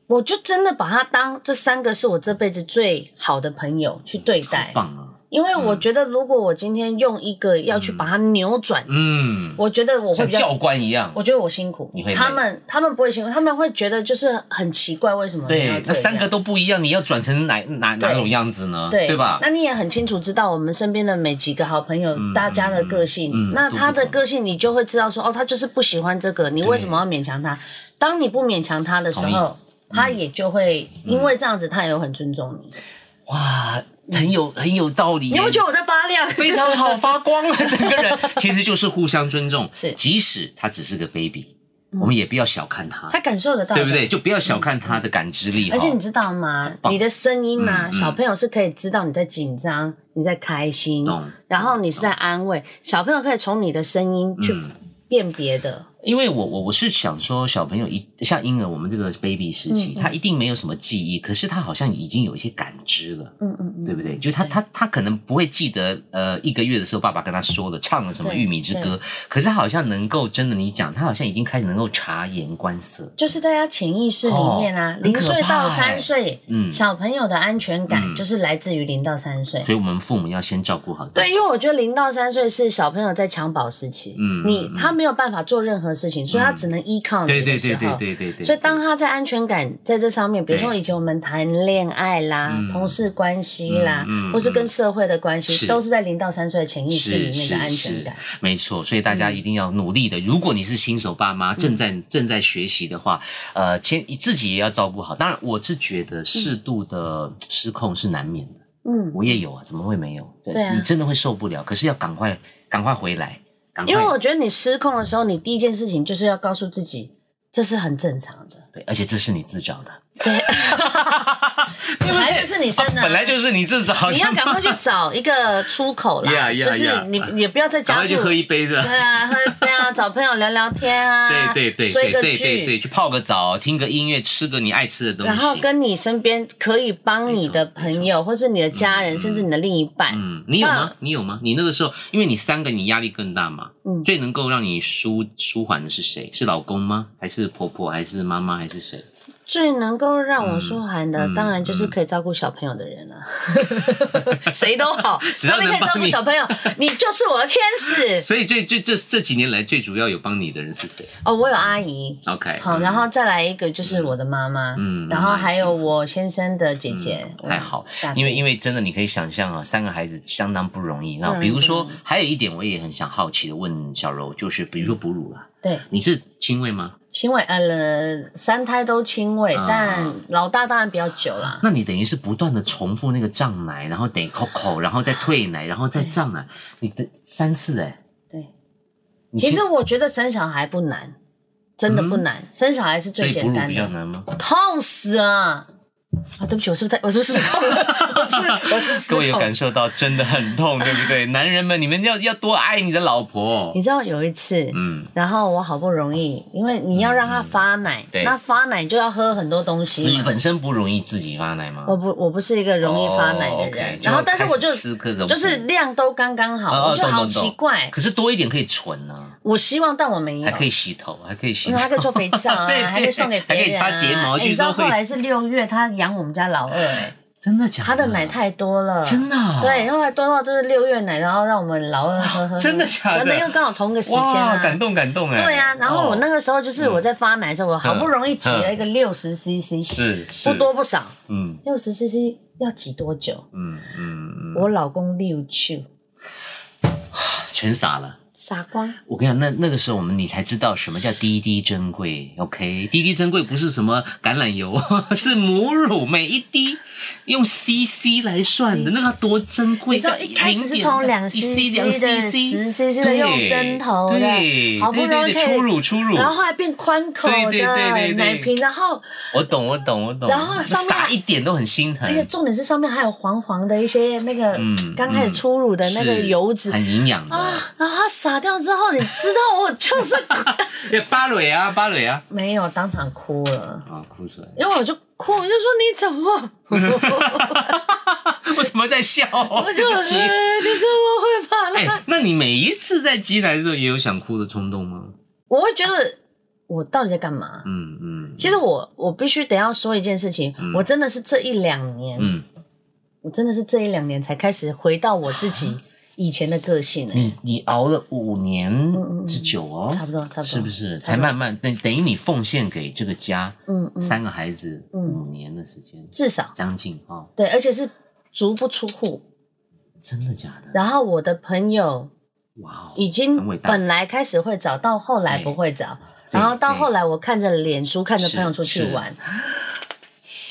Speaker 2: 我就真的把他当这三个是我这辈子最好的朋友去对待，
Speaker 1: 棒啊！
Speaker 2: 因为我觉得如果我今天用一个要去把它扭转，
Speaker 1: 嗯，
Speaker 2: 我觉得我会
Speaker 1: 像
Speaker 2: 比较
Speaker 1: 教，官一样。
Speaker 2: 我觉得我辛苦
Speaker 1: 你会，累
Speaker 2: 他们他们不会辛苦，他们会觉得就是很奇怪，为什么你要
Speaker 1: 对，
Speaker 2: 这
Speaker 1: 那
Speaker 2: 样
Speaker 1: 三个都不一样，你要转成哪哪哪
Speaker 2: 对
Speaker 1: 种样子呢？
Speaker 2: 对
Speaker 1: 吧？嗯
Speaker 2: 那你也很清楚知道我们身边的每几个好朋友，大家的个性，
Speaker 1: 嗯嗯
Speaker 2: 那
Speaker 1: 都
Speaker 2: 他
Speaker 1: 不
Speaker 2: 的
Speaker 1: 同
Speaker 2: 个性你就会知道说，哦，他就是不喜欢这个，你为什么要勉强他？当你不勉强他的时
Speaker 1: 同意嗯
Speaker 2: 候，他也就会、因为这样子，他也会很尊重
Speaker 1: 嗯
Speaker 2: 你。
Speaker 1: 哇，很有很有道理耶。
Speaker 2: 你会觉得我在发亮？
Speaker 1: 非常好，发光了，整个人其实就是互相尊重。
Speaker 2: 是嗯
Speaker 1: 即使他只是个 baby，我们也不要小看他，
Speaker 2: 他感受得到，
Speaker 1: 对不？对？就不要小看他的感知力。哦
Speaker 2: 嗯而且
Speaker 1: 哈
Speaker 2: 你知道吗？
Speaker 1: 棒
Speaker 2: 你的声音呢、
Speaker 1: 嗯嗯
Speaker 2: 小朋友是可以知道你在紧张，你在开心
Speaker 1: 懂，
Speaker 2: 然后你是在安慰，小朋友可以从你的声音去
Speaker 1: 嗯
Speaker 2: 辨别的。
Speaker 1: 因为我我我是想说，小朋友一像婴儿，我们这个 baby 时
Speaker 2: 嗯
Speaker 1: 期，他一定没有什么记忆，可是他好像已经有一些感知了。
Speaker 2: 嗯嗯嗯，
Speaker 1: 对不对？就他他他可能不会记得，呃，一个月的时候爸爸跟他说了唱了什么《
Speaker 2: 对
Speaker 1: 玉米之歌》，可是他好像能够真的，你讲他好像已经开始能够察言观色。
Speaker 2: 就是在他潜意识里面啊
Speaker 1: 哦，很
Speaker 2: 零、
Speaker 1: 可怕
Speaker 2: 岁
Speaker 1: 欸
Speaker 2: 到三岁、
Speaker 1: 嗯
Speaker 2: 小朋友的安全感
Speaker 1: 嗯
Speaker 2: 就是来自于零到三岁。
Speaker 1: 所以我们父母要先照顾好自己。
Speaker 2: 对，因为我觉得零到三岁是小朋友在襁褓时期，
Speaker 1: 嗯
Speaker 2: 你
Speaker 1: 嗯
Speaker 2: 他没有办法做任何事情，所以他只能依靠
Speaker 1: 对
Speaker 2: 你
Speaker 1: 对
Speaker 2: 的
Speaker 1: 对
Speaker 2: 时
Speaker 1: 对
Speaker 2: 候。
Speaker 1: 对对对。
Speaker 2: 所以当他在安全感在这上面，比如说
Speaker 1: 对
Speaker 2: 以前我们谈恋爱啦、
Speaker 1: 嗯
Speaker 2: 同事关系啦，
Speaker 1: 嗯嗯
Speaker 2: 或是跟社会的关系，
Speaker 1: 是
Speaker 2: 都是在零到三岁的潜意识里面
Speaker 1: 是
Speaker 2: 的安全
Speaker 1: 是
Speaker 2: 感。
Speaker 1: 没错，所以大
Speaker 2: 嗯
Speaker 1: 家一定要努力的。如果你是新手爸妈，正在正在学习的话，呃，先自己也要照顾好。当然，我是觉得适度的失控是难免的，
Speaker 2: 嗯，
Speaker 1: 我也有啊，怎么会没有？对
Speaker 2: 对啊
Speaker 1: 你真的会受不了，可是要赶快赶快回来，赶快
Speaker 2: 因为我觉得你失控的时候，你第一件事情就是要告诉自己，这是很正常的。
Speaker 1: 对，而且这是你自找的，
Speaker 2: 对，本来就是你生的啊、
Speaker 1: 本来就是你自找的，
Speaker 2: 你要赶快去找一个出口 啦
Speaker 1: Yeah, yeah,
Speaker 2: 就是你你也不要再
Speaker 1: 赶
Speaker 2: 加
Speaker 1: 快
Speaker 2: 入
Speaker 1: 去喝一杯是吧
Speaker 2: 对？啊，喝对 啊，找朋友聊聊天啊，
Speaker 1: 对对对
Speaker 2: 追
Speaker 1: 对
Speaker 2: 个
Speaker 1: 对对
Speaker 2: 剧，
Speaker 1: 对，去泡个澡，听个音乐，吃个你爱吃的东西，
Speaker 2: 然后跟你身边可以帮你的
Speaker 1: 没错
Speaker 2: 朋友，或是你的家人，甚至你的另一半，
Speaker 1: 嗯，你有吗
Speaker 2: 那？
Speaker 1: 你有吗？你那个时候，因为你三个，你压力更大嘛。
Speaker 2: 嗯
Speaker 1: 最能够让你舒舒缓的是谁？是老公吗？还是婆婆？还是妈妈？还是谁？
Speaker 2: 最能够让我舒缓的
Speaker 1: 嗯，
Speaker 2: 当然就是可以照顾小朋友的人了。 谁都好，
Speaker 1: 只要
Speaker 2: 你
Speaker 1: 能
Speaker 2: 可以照
Speaker 1: 帮
Speaker 2: 顾
Speaker 1: 你
Speaker 2: 小朋友，你就是我的天 使。
Speaker 1: 所以最最这这几年来，最主要有帮你的人是谁
Speaker 2: 哦，我有阿姨，
Speaker 1: ？OK，嗯
Speaker 2: 好，然后再来一个就是我的妈妈，
Speaker 1: 嗯
Speaker 2: 然后还有我先生的姐姐，
Speaker 1: 嗯太好
Speaker 2: 大哥
Speaker 1: 因为因为真的，你可以想象啊，三个孩子相当不容易。那比如说
Speaker 2: 嗯，
Speaker 1: 还有一点，我也很想好奇的问小柔，就是比
Speaker 2: 嗯
Speaker 1: 如说哺乳啦，
Speaker 2: 对，
Speaker 1: 你是亲喂吗？
Speaker 2: 亲喂，呃，三胎都亲喂，
Speaker 1: 啊嗯
Speaker 2: 但老大当然比较久啦。
Speaker 1: 那你等于是不断的重复那个胀奶，然后等口口，然后再退奶，然后再胀奶，你的三次哎、
Speaker 2: 对，
Speaker 1: 你
Speaker 2: 其
Speaker 1: 亲
Speaker 2: 实我觉得生小孩不难，真的不难，生小孩是
Speaker 1: 所
Speaker 2: 最
Speaker 1: 以哺
Speaker 2: 简
Speaker 1: 乳
Speaker 2: 单
Speaker 1: 比较
Speaker 2: 的，
Speaker 1: 难吗？
Speaker 2: 痛死了。啊，对不起，我是不是太我 是不是失控了？我是我是不是
Speaker 1: 各位
Speaker 2: 失
Speaker 1: 有
Speaker 2: 控了？
Speaker 1: 感受到真的很痛，对不对？男人们，你们要要多爱你的老婆哦
Speaker 2: 你。知道有一次，
Speaker 1: 嗯，
Speaker 2: 然后我好不容易，因为你要让他发奶，
Speaker 1: 对
Speaker 2: 那发奶就要喝很多东西嘛。
Speaker 1: 你本身不容易自己发奶吗？
Speaker 2: 我不我不是一个容易发奶
Speaker 1: 哦
Speaker 2: 的
Speaker 1: ，OK，
Speaker 2: 人，
Speaker 1: 就
Speaker 2: 然后
Speaker 1: 要
Speaker 2: 但是我
Speaker 1: 开
Speaker 2: 就
Speaker 1: 始吃各种
Speaker 2: 就是
Speaker 1: 补
Speaker 2: 量都刚刚好，
Speaker 1: 哦哦
Speaker 2: 我就
Speaker 1: 懂
Speaker 2: 好
Speaker 1: 懂懂
Speaker 2: 奇怪。
Speaker 1: 可是多一点可以存啊，
Speaker 2: 我希望，但我没有
Speaker 1: 还。可以洗头，还可以洗
Speaker 2: 因为嗯他可以做
Speaker 1: 澡。
Speaker 2: 肥皂啊，
Speaker 1: 对对
Speaker 2: 还可以送给别人、啊，
Speaker 1: 还可以擦睫毛
Speaker 2: 哎你
Speaker 1: 据
Speaker 2: 知道
Speaker 1: 说会
Speaker 2: 后来是六月，他养我们家老 二、哎，
Speaker 1: 真的假的？
Speaker 2: 他的奶太多了，
Speaker 1: 真的啊
Speaker 2: 对，后来多到就是六月奶，然后让我们老二喝喝喝，
Speaker 1: 真的假的
Speaker 2: 真的，又刚好同个时间
Speaker 1: 哇，
Speaker 2: 啊。
Speaker 1: 感动感动哎。
Speaker 2: 对啊，然后我那
Speaker 1: 哦
Speaker 2: 个时候就是我在发奶的时候，我好不容易挤了一个六十 CC，
Speaker 1: 嗯是是
Speaker 2: 不，多不少，
Speaker 1: 嗯
Speaker 2: 六十 CC 要挤多久？
Speaker 1: 嗯嗯，嗯
Speaker 2: 我老公六去
Speaker 1: 全傻了。
Speaker 2: 傻瓜，
Speaker 1: 我跟你讲，那那个时候我们你才知道什么叫滴滴珍贵，OK？滴滴珍贵不是什么橄榄油， 是母乳每一滴用 CC 来算的，
Speaker 2: CC
Speaker 1: 那个多珍贵。
Speaker 2: 你知道一开始是从两
Speaker 1: CC 两
Speaker 2: cc 的
Speaker 1: CC
Speaker 2: 十 cc 的用
Speaker 1: 对
Speaker 2: 针头的
Speaker 1: 对，
Speaker 2: 好
Speaker 1: 对
Speaker 2: 不
Speaker 1: 对
Speaker 2: 容易
Speaker 1: 对
Speaker 2: 可以
Speaker 1: 出乳出乳。
Speaker 2: 然后后来变宽口
Speaker 1: 对对对对
Speaker 2: 的
Speaker 1: 对
Speaker 2: 奶瓶，然后
Speaker 1: 我懂我懂我懂，
Speaker 2: 然后上面
Speaker 1: 撒一点都很心疼
Speaker 2: 而，且哎重点是上面还有黄黄的一些那个
Speaker 1: 嗯
Speaker 2: 刚开始出乳的那个
Speaker 1: 是
Speaker 2: 油脂。
Speaker 1: 很营养
Speaker 2: 啊
Speaker 1: 的。！
Speaker 2: 然后它撒掉之后，你知道我就是
Speaker 1: 哎芭蕾啊芭蕾啊，
Speaker 2: 没有当场哭了，
Speaker 1: 啊哭出来，
Speaker 2: 因为我就哭，我就说你怎么，
Speaker 1: 我怎么在笑？
Speaker 2: 我就
Speaker 1: 对
Speaker 2: 哎
Speaker 1: 不
Speaker 2: 你
Speaker 1: 起
Speaker 2: 怎么会把它
Speaker 1: 哎、那你每一次在挤奶的时候也有想哭的冲动吗？
Speaker 2: 我会觉得我到底在干嘛？
Speaker 1: 嗯嗯，
Speaker 2: 其实我我必须得要说一件事情，
Speaker 1: 嗯
Speaker 2: 我真的是这一两年，
Speaker 1: 嗯，
Speaker 2: 我真的是这一两年才开始回到我自己以前的个性、欸，
Speaker 1: 啊你你熬了五年
Speaker 2: 嗯嗯
Speaker 1: 之久哦，
Speaker 2: 差不多，差不多，
Speaker 1: 是不？是？
Speaker 2: 差
Speaker 1: 才
Speaker 2: 不多
Speaker 1: 慢慢等等于你奉献给这个家，
Speaker 2: 嗯嗯，
Speaker 1: 三个孩子
Speaker 2: 嗯
Speaker 1: 五年的时间，
Speaker 2: 至少
Speaker 1: 将近哦，
Speaker 2: 对，而且是足不出户。
Speaker 1: 真的假的？
Speaker 2: 然后我的朋友
Speaker 1: 哇哦，
Speaker 2: 已经
Speaker 1: 很伟大
Speaker 2: 本来开始会找，到后来不会找，
Speaker 1: 对
Speaker 2: 然后到
Speaker 1: 对
Speaker 2: 后来我看着脸书，看着朋友出去
Speaker 1: 是
Speaker 2: 玩。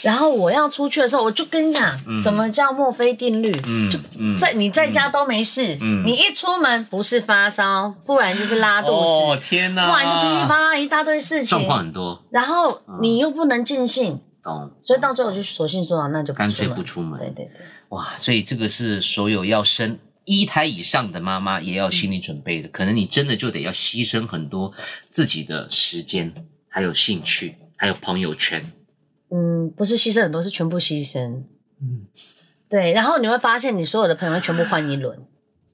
Speaker 2: 然后我要出去的时候，我就跟你讲，什么叫墨菲定律？
Speaker 1: 嗯嗯
Speaker 2: 在你在家都没事，
Speaker 1: 嗯
Speaker 2: 你一出门不是发烧，不然就是拉肚子，
Speaker 1: 哦天
Speaker 2: 不然就噼里啪啦一大堆事
Speaker 1: 哦啊状
Speaker 2: 情，
Speaker 1: 况很嗯多，
Speaker 2: 然后你又不能尽兴，
Speaker 1: 懂？
Speaker 2: 所以到最后我就索性说啊，那就
Speaker 1: 干脆不
Speaker 2: 门
Speaker 1: 出门
Speaker 2: 对对对，
Speaker 1: 哇，所以这个是所有要生一胎以上的妈妈也要心理准备的，可能你真的就得要牺牲很多自己的时间，还有兴趣，还有朋友圈。
Speaker 2: 嗯，不是牺牲很多，是全部牺牲。
Speaker 1: 嗯
Speaker 2: 对，然后你会发现你所有的朋友全部换一轮，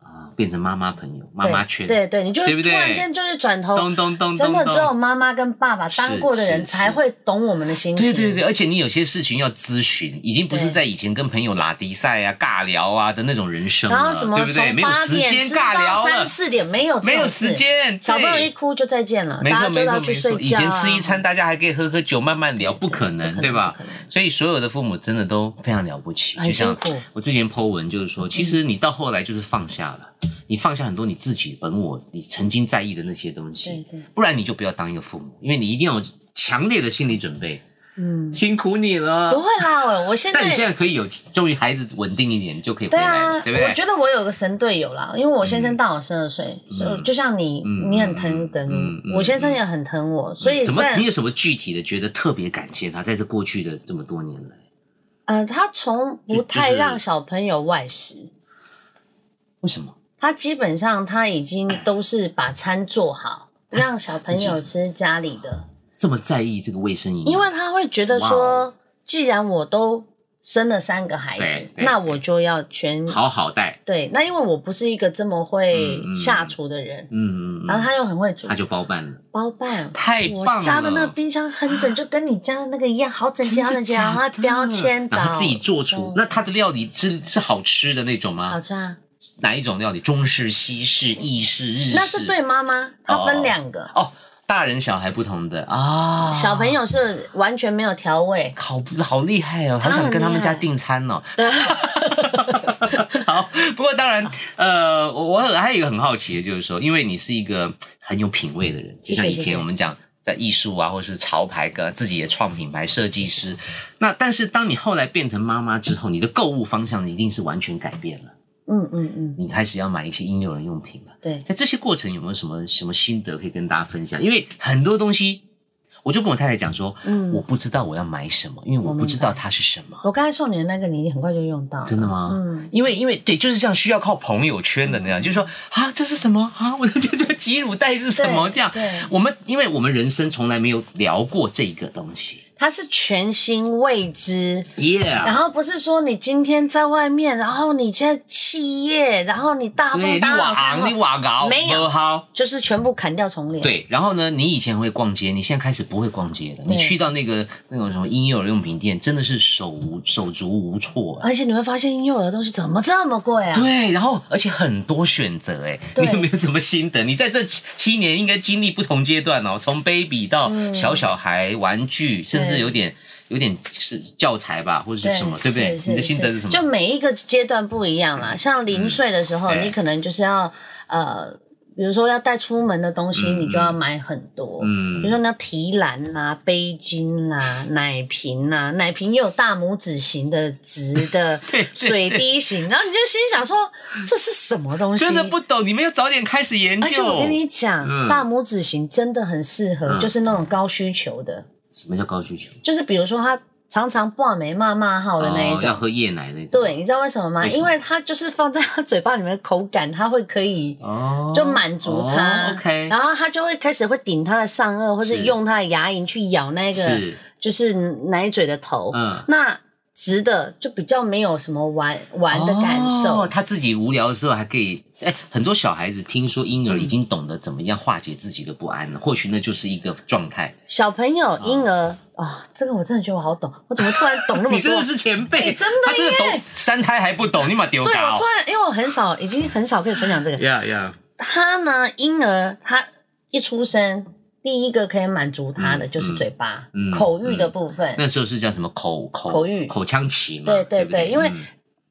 Speaker 1: 啊，
Speaker 2: 啊，
Speaker 1: 变成妈妈朋友、妈妈圈，
Speaker 2: 对对，你就
Speaker 1: 对不
Speaker 2: 突
Speaker 1: 对
Speaker 2: 然间就是转头，
Speaker 1: 咚咚咚
Speaker 2: 真
Speaker 1: 咚
Speaker 2: 的只有
Speaker 1: 咚。
Speaker 2: 妈妈跟爸爸当过的
Speaker 1: 是
Speaker 2: 人
Speaker 1: 是
Speaker 2: 才会懂我们的心情。
Speaker 1: 对对对，而且你有些事情要咨询，已经不是
Speaker 2: 对
Speaker 1: 在以前跟朋友拉迪赛啊、尬聊啊的那种人生
Speaker 2: 然后
Speaker 1: 了，
Speaker 2: 什么
Speaker 1: 对不对？
Speaker 2: 从
Speaker 1: 没有
Speaker 2: 八
Speaker 1: 时间
Speaker 2: 点吃
Speaker 1: 尬
Speaker 2: 到
Speaker 1: 聊了
Speaker 2: 三，四点，没有这种
Speaker 1: 没有
Speaker 2: 事
Speaker 1: 时。间。
Speaker 2: 小朋友
Speaker 1: 对
Speaker 2: 一哭就再见了，
Speaker 1: 没
Speaker 2: 大
Speaker 1: 错
Speaker 2: 家就
Speaker 1: 没
Speaker 2: 要
Speaker 1: 错
Speaker 2: 去
Speaker 1: 没
Speaker 2: 睡
Speaker 1: 错，
Speaker 2: 觉、啊。
Speaker 1: 以前吃一餐大家还可以喝喝酒慢慢聊，不可能
Speaker 2: 不可能
Speaker 1: 对吧
Speaker 2: 不可能？
Speaker 1: 所以所有的父母真的都非常了不起，
Speaker 2: 很
Speaker 1: 就像
Speaker 2: 辛苦嗯
Speaker 1: 我之前 Po 文就是说，其实你到后来就是放下了，你放下很多你自己本我，你曾经在意的那些东
Speaker 2: 对
Speaker 1: 西，
Speaker 2: 对，
Speaker 1: 不然你就不要当一个父母，因为你一定要有强烈的心理准备，
Speaker 2: 嗯，
Speaker 1: 辛苦你
Speaker 2: 不
Speaker 1: 了。
Speaker 2: 会啦，我我现在
Speaker 1: 但你现在可以有，终于孩子稳定一点，你就可以回
Speaker 2: 对
Speaker 1: 来
Speaker 2: 啊
Speaker 1: 了，，对不对
Speaker 2: 我？觉得我有个神队友啦，因为我先生大我十二岁，所以就像你，
Speaker 1: 嗯
Speaker 2: 你很疼
Speaker 1: 嗯嗯嗯
Speaker 2: 跟我先生也很疼我，所以
Speaker 1: 怎么？
Speaker 2: 在
Speaker 1: 你有什么具体的觉得特别感谢他，在这过去的这么多年来？
Speaker 2: 呃，他从不太
Speaker 1: 就就是
Speaker 2: 让小朋友外食，
Speaker 1: 为什么？
Speaker 2: 他基本上他已经都是把餐做好，让小朋友吃家里的，
Speaker 1: 这么在意这个卫生营养？
Speaker 2: 因为他会觉得
Speaker 1: 哇哦
Speaker 2: 说，既然我都生了三个孩子
Speaker 1: 对，对
Speaker 2: 那我就要全
Speaker 1: 好好带，
Speaker 2: 对，那因为我不是一个这么会
Speaker 1: 嗯嗯
Speaker 2: 下厨的人，
Speaker 1: 嗯，嗯嗯
Speaker 2: 然后啊他又很会煮
Speaker 1: 他就包办了，
Speaker 2: 包办。
Speaker 1: 太棒
Speaker 2: 我
Speaker 1: 了！
Speaker 2: 家的那个冰箱很整，就跟你家的那个一样，好整齐，好整齐，然后它
Speaker 1: 他
Speaker 2: 标签
Speaker 1: 然后
Speaker 2: 找
Speaker 1: 自己做出
Speaker 2: 嗯，
Speaker 1: 那他的料理是是好吃的那种
Speaker 2: 好
Speaker 1: 吗？
Speaker 2: 吃啊。
Speaker 1: 哪一种料理？中式、西式、意式、日式？
Speaker 2: 那是对妈妈，她分两个，
Speaker 1: 哦，大人小孩不同的啊。
Speaker 2: 小朋友是完全没有调味。
Speaker 1: 好好厉害哦，
Speaker 2: 他
Speaker 1: 好想
Speaker 2: 很
Speaker 1: 跟他们
Speaker 2: 厉害
Speaker 1: 家订餐哦。
Speaker 2: 对，
Speaker 1: 好，不过当然，呃，我我还有一个很好奇的就是说，因为你是一个很有品味的人，
Speaker 2: 谢
Speaker 1: 就
Speaker 2: 谢
Speaker 1: 像以
Speaker 2: 谢谢
Speaker 1: 前我们讲在艺术啊，或者是潮牌跟自己也创品牌设计师，那但是当你后来变成妈妈之后，你的购物方向一定是完全改变了，
Speaker 2: 嗯嗯嗯，
Speaker 1: 你开始要买一些婴幼儿用品了。
Speaker 2: 对，
Speaker 1: 在这些过程有没有什么什么心得可以跟大家分享？因为很多东西，我就跟我太太讲说，
Speaker 2: 嗯
Speaker 1: 我不知道我要买什么，因为我
Speaker 2: 我
Speaker 1: 不
Speaker 2: 明
Speaker 1: 知
Speaker 2: 白
Speaker 1: 道它是什么。
Speaker 2: 我刚才送你的那个，你很快就用到了。
Speaker 1: 真的吗？
Speaker 2: 嗯，
Speaker 1: 因为因为对，就是这样，需要靠朋友圈的那样，就是说啊，这是什么啊？ 我的这这挤乳带是什么？
Speaker 2: 对
Speaker 1: 这样
Speaker 2: 对，
Speaker 1: 我们因为我们人生从来没有聊过这个东西
Speaker 2: 它是全新未知，然
Speaker 1: ，Yeah，
Speaker 2: 后不是说你今天在外面，然后你现在企业，然后你大
Speaker 1: 对，
Speaker 2: 风
Speaker 1: 你
Speaker 2: 大浪
Speaker 1: 瓦
Speaker 2: 看
Speaker 1: 昂，
Speaker 2: 后
Speaker 1: 你瓦高，
Speaker 2: 没有
Speaker 1: 好。
Speaker 2: 就是全部砍掉重练。，
Speaker 1: 对，然后呢？你以前会逛街，你现在开始不会逛街了。
Speaker 2: 对
Speaker 1: 你去到那个那种什么婴幼儿用品店，真的是手无手足无措、啊。
Speaker 2: 而且你会发现婴幼儿的东西怎么这么贵啊？
Speaker 1: 对，然后而且很多选择，哎，
Speaker 2: 对
Speaker 1: 你有没有什么心得？你在这七七年应该经历不同阶段哦，从 baby 到
Speaker 2: 嗯
Speaker 1: 小小孩、玩具，甚至
Speaker 2: 对
Speaker 1: 有点有点是教材吧，或者是什么，对不对
Speaker 2: 是？
Speaker 1: 你的心得是什
Speaker 2: 就
Speaker 1: 么？嗯
Speaker 2: 每一个阶段不一样啦，像零岁的时候，
Speaker 1: 对
Speaker 2: 你可能就是要呃，比如说要带出门的东西，
Speaker 1: 嗯
Speaker 2: 你就要买很多。比
Speaker 1: 嗯，
Speaker 2: 如说你要提篮啦、杯巾啦、奶瓶啦、奶瓶也有大拇指型的、直的
Speaker 1: 对对、
Speaker 2: 水滴型，然后你就心想说这是什么东西？
Speaker 1: 真的不懂，你们要早点开始研
Speaker 2: 而且
Speaker 1: 究。
Speaker 2: 我跟你讲，
Speaker 1: 嗯
Speaker 2: 大拇指型真的很适合，
Speaker 1: 嗯
Speaker 2: 就是那种高需求的，
Speaker 1: 什么叫高需求？
Speaker 2: 就是比如说他常常挂眉骂骂号的那一
Speaker 1: 哦，
Speaker 2: 种
Speaker 1: 要。喝夜奶那种。
Speaker 2: 对，，你知道为什么吗？
Speaker 1: 为什么
Speaker 2: 因为它就是放在他嘴巴里面的口感，它会可以
Speaker 1: 哦，
Speaker 2: 就满足他、
Speaker 1: 哦 OK，
Speaker 2: 然后他就会开始会顶他的上颚，或是
Speaker 1: 是
Speaker 2: 用他的牙龈去咬那个
Speaker 1: 是，
Speaker 2: 就是奶嘴的头。
Speaker 1: 嗯，
Speaker 2: 那直的就比较没有什么玩玩的感受。
Speaker 1: 哦他自己无聊的时候还可以，哎，很多小孩子听说婴儿已经懂得怎么样化解自己的不安了，或许那就是一个状态。
Speaker 2: 小朋友、婴儿啊、哦，这个我真的觉得我好懂，我怎么突然懂那 么
Speaker 1: 你真
Speaker 2: 多
Speaker 1: 的？是前辈，
Speaker 2: 哎真的
Speaker 1: 他真的
Speaker 2: 耶
Speaker 1: 懂三胎还不懂，你马丢
Speaker 2: 对，我
Speaker 1: 搞嗯
Speaker 2: 突。然因为我很少，已经很少可以分享这个。
Speaker 1: 呀呀，
Speaker 2: 他呢，婴儿他一出生，第一个可以满足他的
Speaker 1: 嗯
Speaker 2: 就是嘴巴、
Speaker 1: 嗯
Speaker 2: 口欲的部分。
Speaker 1: 那时候是叫什么口口
Speaker 2: 口欲
Speaker 1: 口腔期嘛？
Speaker 2: 对对
Speaker 1: 不
Speaker 2: 对因为
Speaker 1: 嗯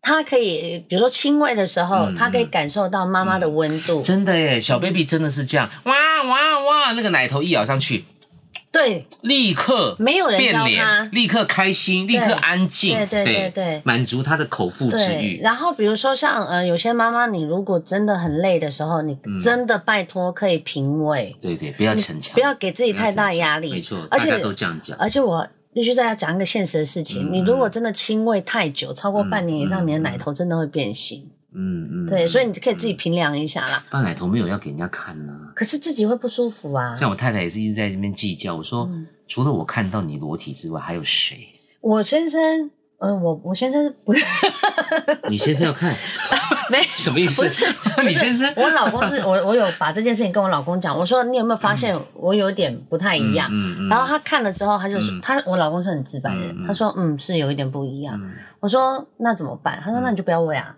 Speaker 2: 他可以，比如说亲喂的时候，
Speaker 1: 嗯
Speaker 2: 他可以感受到妈妈的温度。
Speaker 1: 真的耶，小 baby 真的是这样，哇哇哇，那个奶头一咬上去，
Speaker 2: 对，
Speaker 1: 立刻
Speaker 2: 没有人
Speaker 1: 变
Speaker 2: 教
Speaker 1: 脸，
Speaker 2: 他。
Speaker 1: 立刻开心，立刻安静，
Speaker 2: 对对对对
Speaker 1: 满足他的口腹之
Speaker 2: 对，
Speaker 1: 欲。
Speaker 2: 然后比如说像呃，有些妈妈，你如果真的很累的时候，你
Speaker 1: 嗯
Speaker 2: 真的拜托可以平喂，
Speaker 1: 对对，不要逞强，
Speaker 2: 不要给自己
Speaker 1: 不要
Speaker 2: 太大
Speaker 1: 逞强
Speaker 2: 压力。
Speaker 1: 没错，
Speaker 2: 而
Speaker 1: 大家
Speaker 2: 且呃
Speaker 1: 都这样讲。
Speaker 2: 而且我必须再要讲一个现实的事情，
Speaker 1: 嗯
Speaker 2: 你如果真的亲喂太久，超过半年以上，
Speaker 1: 嗯
Speaker 2: 你的奶头真的会变形。
Speaker 1: 嗯嗯，
Speaker 2: 对，
Speaker 1: 嗯
Speaker 2: 所以你可以自己评量一下啦。
Speaker 1: 大奶头没有要给人家看呐、
Speaker 2: 可是自己会不舒服啊。
Speaker 1: 像我太太也是一直
Speaker 2: 嗯
Speaker 1: 在那边计较，我说、除了我看到你裸体之外，还有谁？
Speaker 2: 我先生呃，我我先生不是
Speaker 1: 你先生要看
Speaker 2: 没
Speaker 1: 什么意思？
Speaker 2: 不是
Speaker 1: 你先生
Speaker 2: 我老公是我我有把这件事情跟我老公讲，我说你有没有发现我有点不太一样？
Speaker 1: 嗯
Speaker 2: 然后他看了之后，他就说、
Speaker 1: 嗯
Speaker 2: 他我老公是很直白的人，
Speaker 1: 嗯嗯
Speaker 2: 他说嗯是有一点不一样。
Speaker 1: 嗯
Speaker 2: 我说那怎么办？他说那你就不要喂啊。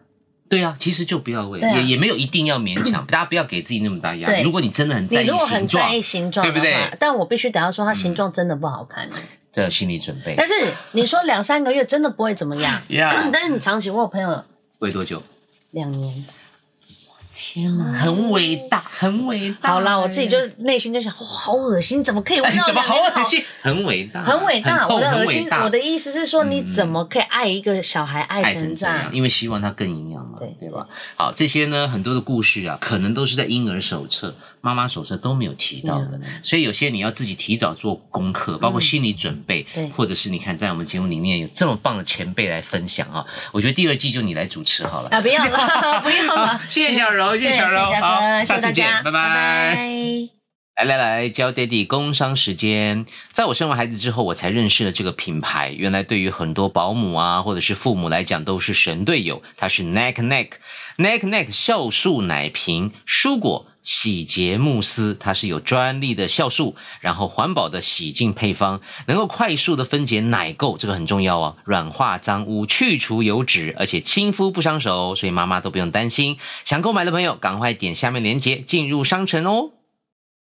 Speaker 1: 对啊，其实就不要喂，
Speaker 2: 对啊
Speaker 1: 也也没有一定要勉强，大家不要给自己那么大压力。
Speaker 2: 对
Speaker 1: 如果你真的很在
Speaker 2: 你
Speaker 1: 意
Speaker 2: 如果很
Speaker 1: 形状
Speaker 2: 在意形状的
Speaker 1: 对
Speaker 2: 话，
Speaker 1: 不对嗯
Speaker 2: 但我必须得要说，它形状真的不好看。
Speaker 1: 这有心理准备，
Speaker 2: 但，是你说两三个月真的不会怎么样
Speaker 1: 呀，
Speaker 2: 但是你长期我有朋友
Speaker 1: 喂多久？
Speaker 2: 两年，
Speaker 1: 天哪，很伟大，很伟大。
Speaker 2: 好啦，我自己就内心就想，哇，好恶心，怎么可以喂
Speaker 1: 哎，
Speaker 2: 到
Speaker 1: 怎么
Speaker 2: 两
Speaker 1: 好
Speaker 2: 年
Speaker 1: 恶？心？很伟大，
Speaker 2: 很伟大，
Speaker 1: 痛
Speaker 2: 我的
Speaker 1: 很
Speaker 2: 恶
Speaker 1: 伟
Speaker 2: 心，
Speaker 1: 大嗯
Speaker 2: 我的意思是说，你怎么可以爱一个小孩爱
Speaker 1: 爱
Speaker 2: 成
Speaker 1: 成
Speaker 2: 这
Speaker 1: 这
Speaker 2: 样
Speaker 1: 样，？因为希望它更营养嘛，
Speaker 2: 对
Speaker 1: 对吧？好，这些呢很多的故事啊，可能都是在婴儿手册、妈妈手册都没有提到的，
Speaker 2: 啊
Speaker 1: 所以有些你要自己提早做功课，包括心理准备，
Speaker 2: 嗯对
Speaker 1: 或者是你看在我们节目里面有这么棒的前辈来分享啊，我觉得第二季就你来主持好了。
Speaker 2: 啊，不要了， 不要了，
Speaker 1: 谢谢小柔，谢
Speaker 2: 谢谢
Speaker 1: 小柔，好
Speaker 2: 哥，，
Speaker 1: 下
Speaker 2: 谢谢大
Speaker 1: 次见
Speaker 2: 家，，
Speaker 1: 拜
Speaker 2: 拜
Speaker 1: 拜。
Speaker 2: 拜
Speaker 1: 来来来，教爹地工商时间。在我生完孩子之后，我才认识了这个品牌。原来对于很多保姆啊，或者是父母来讲，都是神队友。它是 Neck Neck Neck Neck 酵素奶瓶蔬果。洗洁慕斯，它是有专利的酵素，然后环保的洗净配方，能够快速的分解奶垢，这个很重要哦，软化脏污，去除油脂，而且亲肤不伤手，所以妈妈都不用担心。想购买的朋友，赶快点下面链接进入商城哦。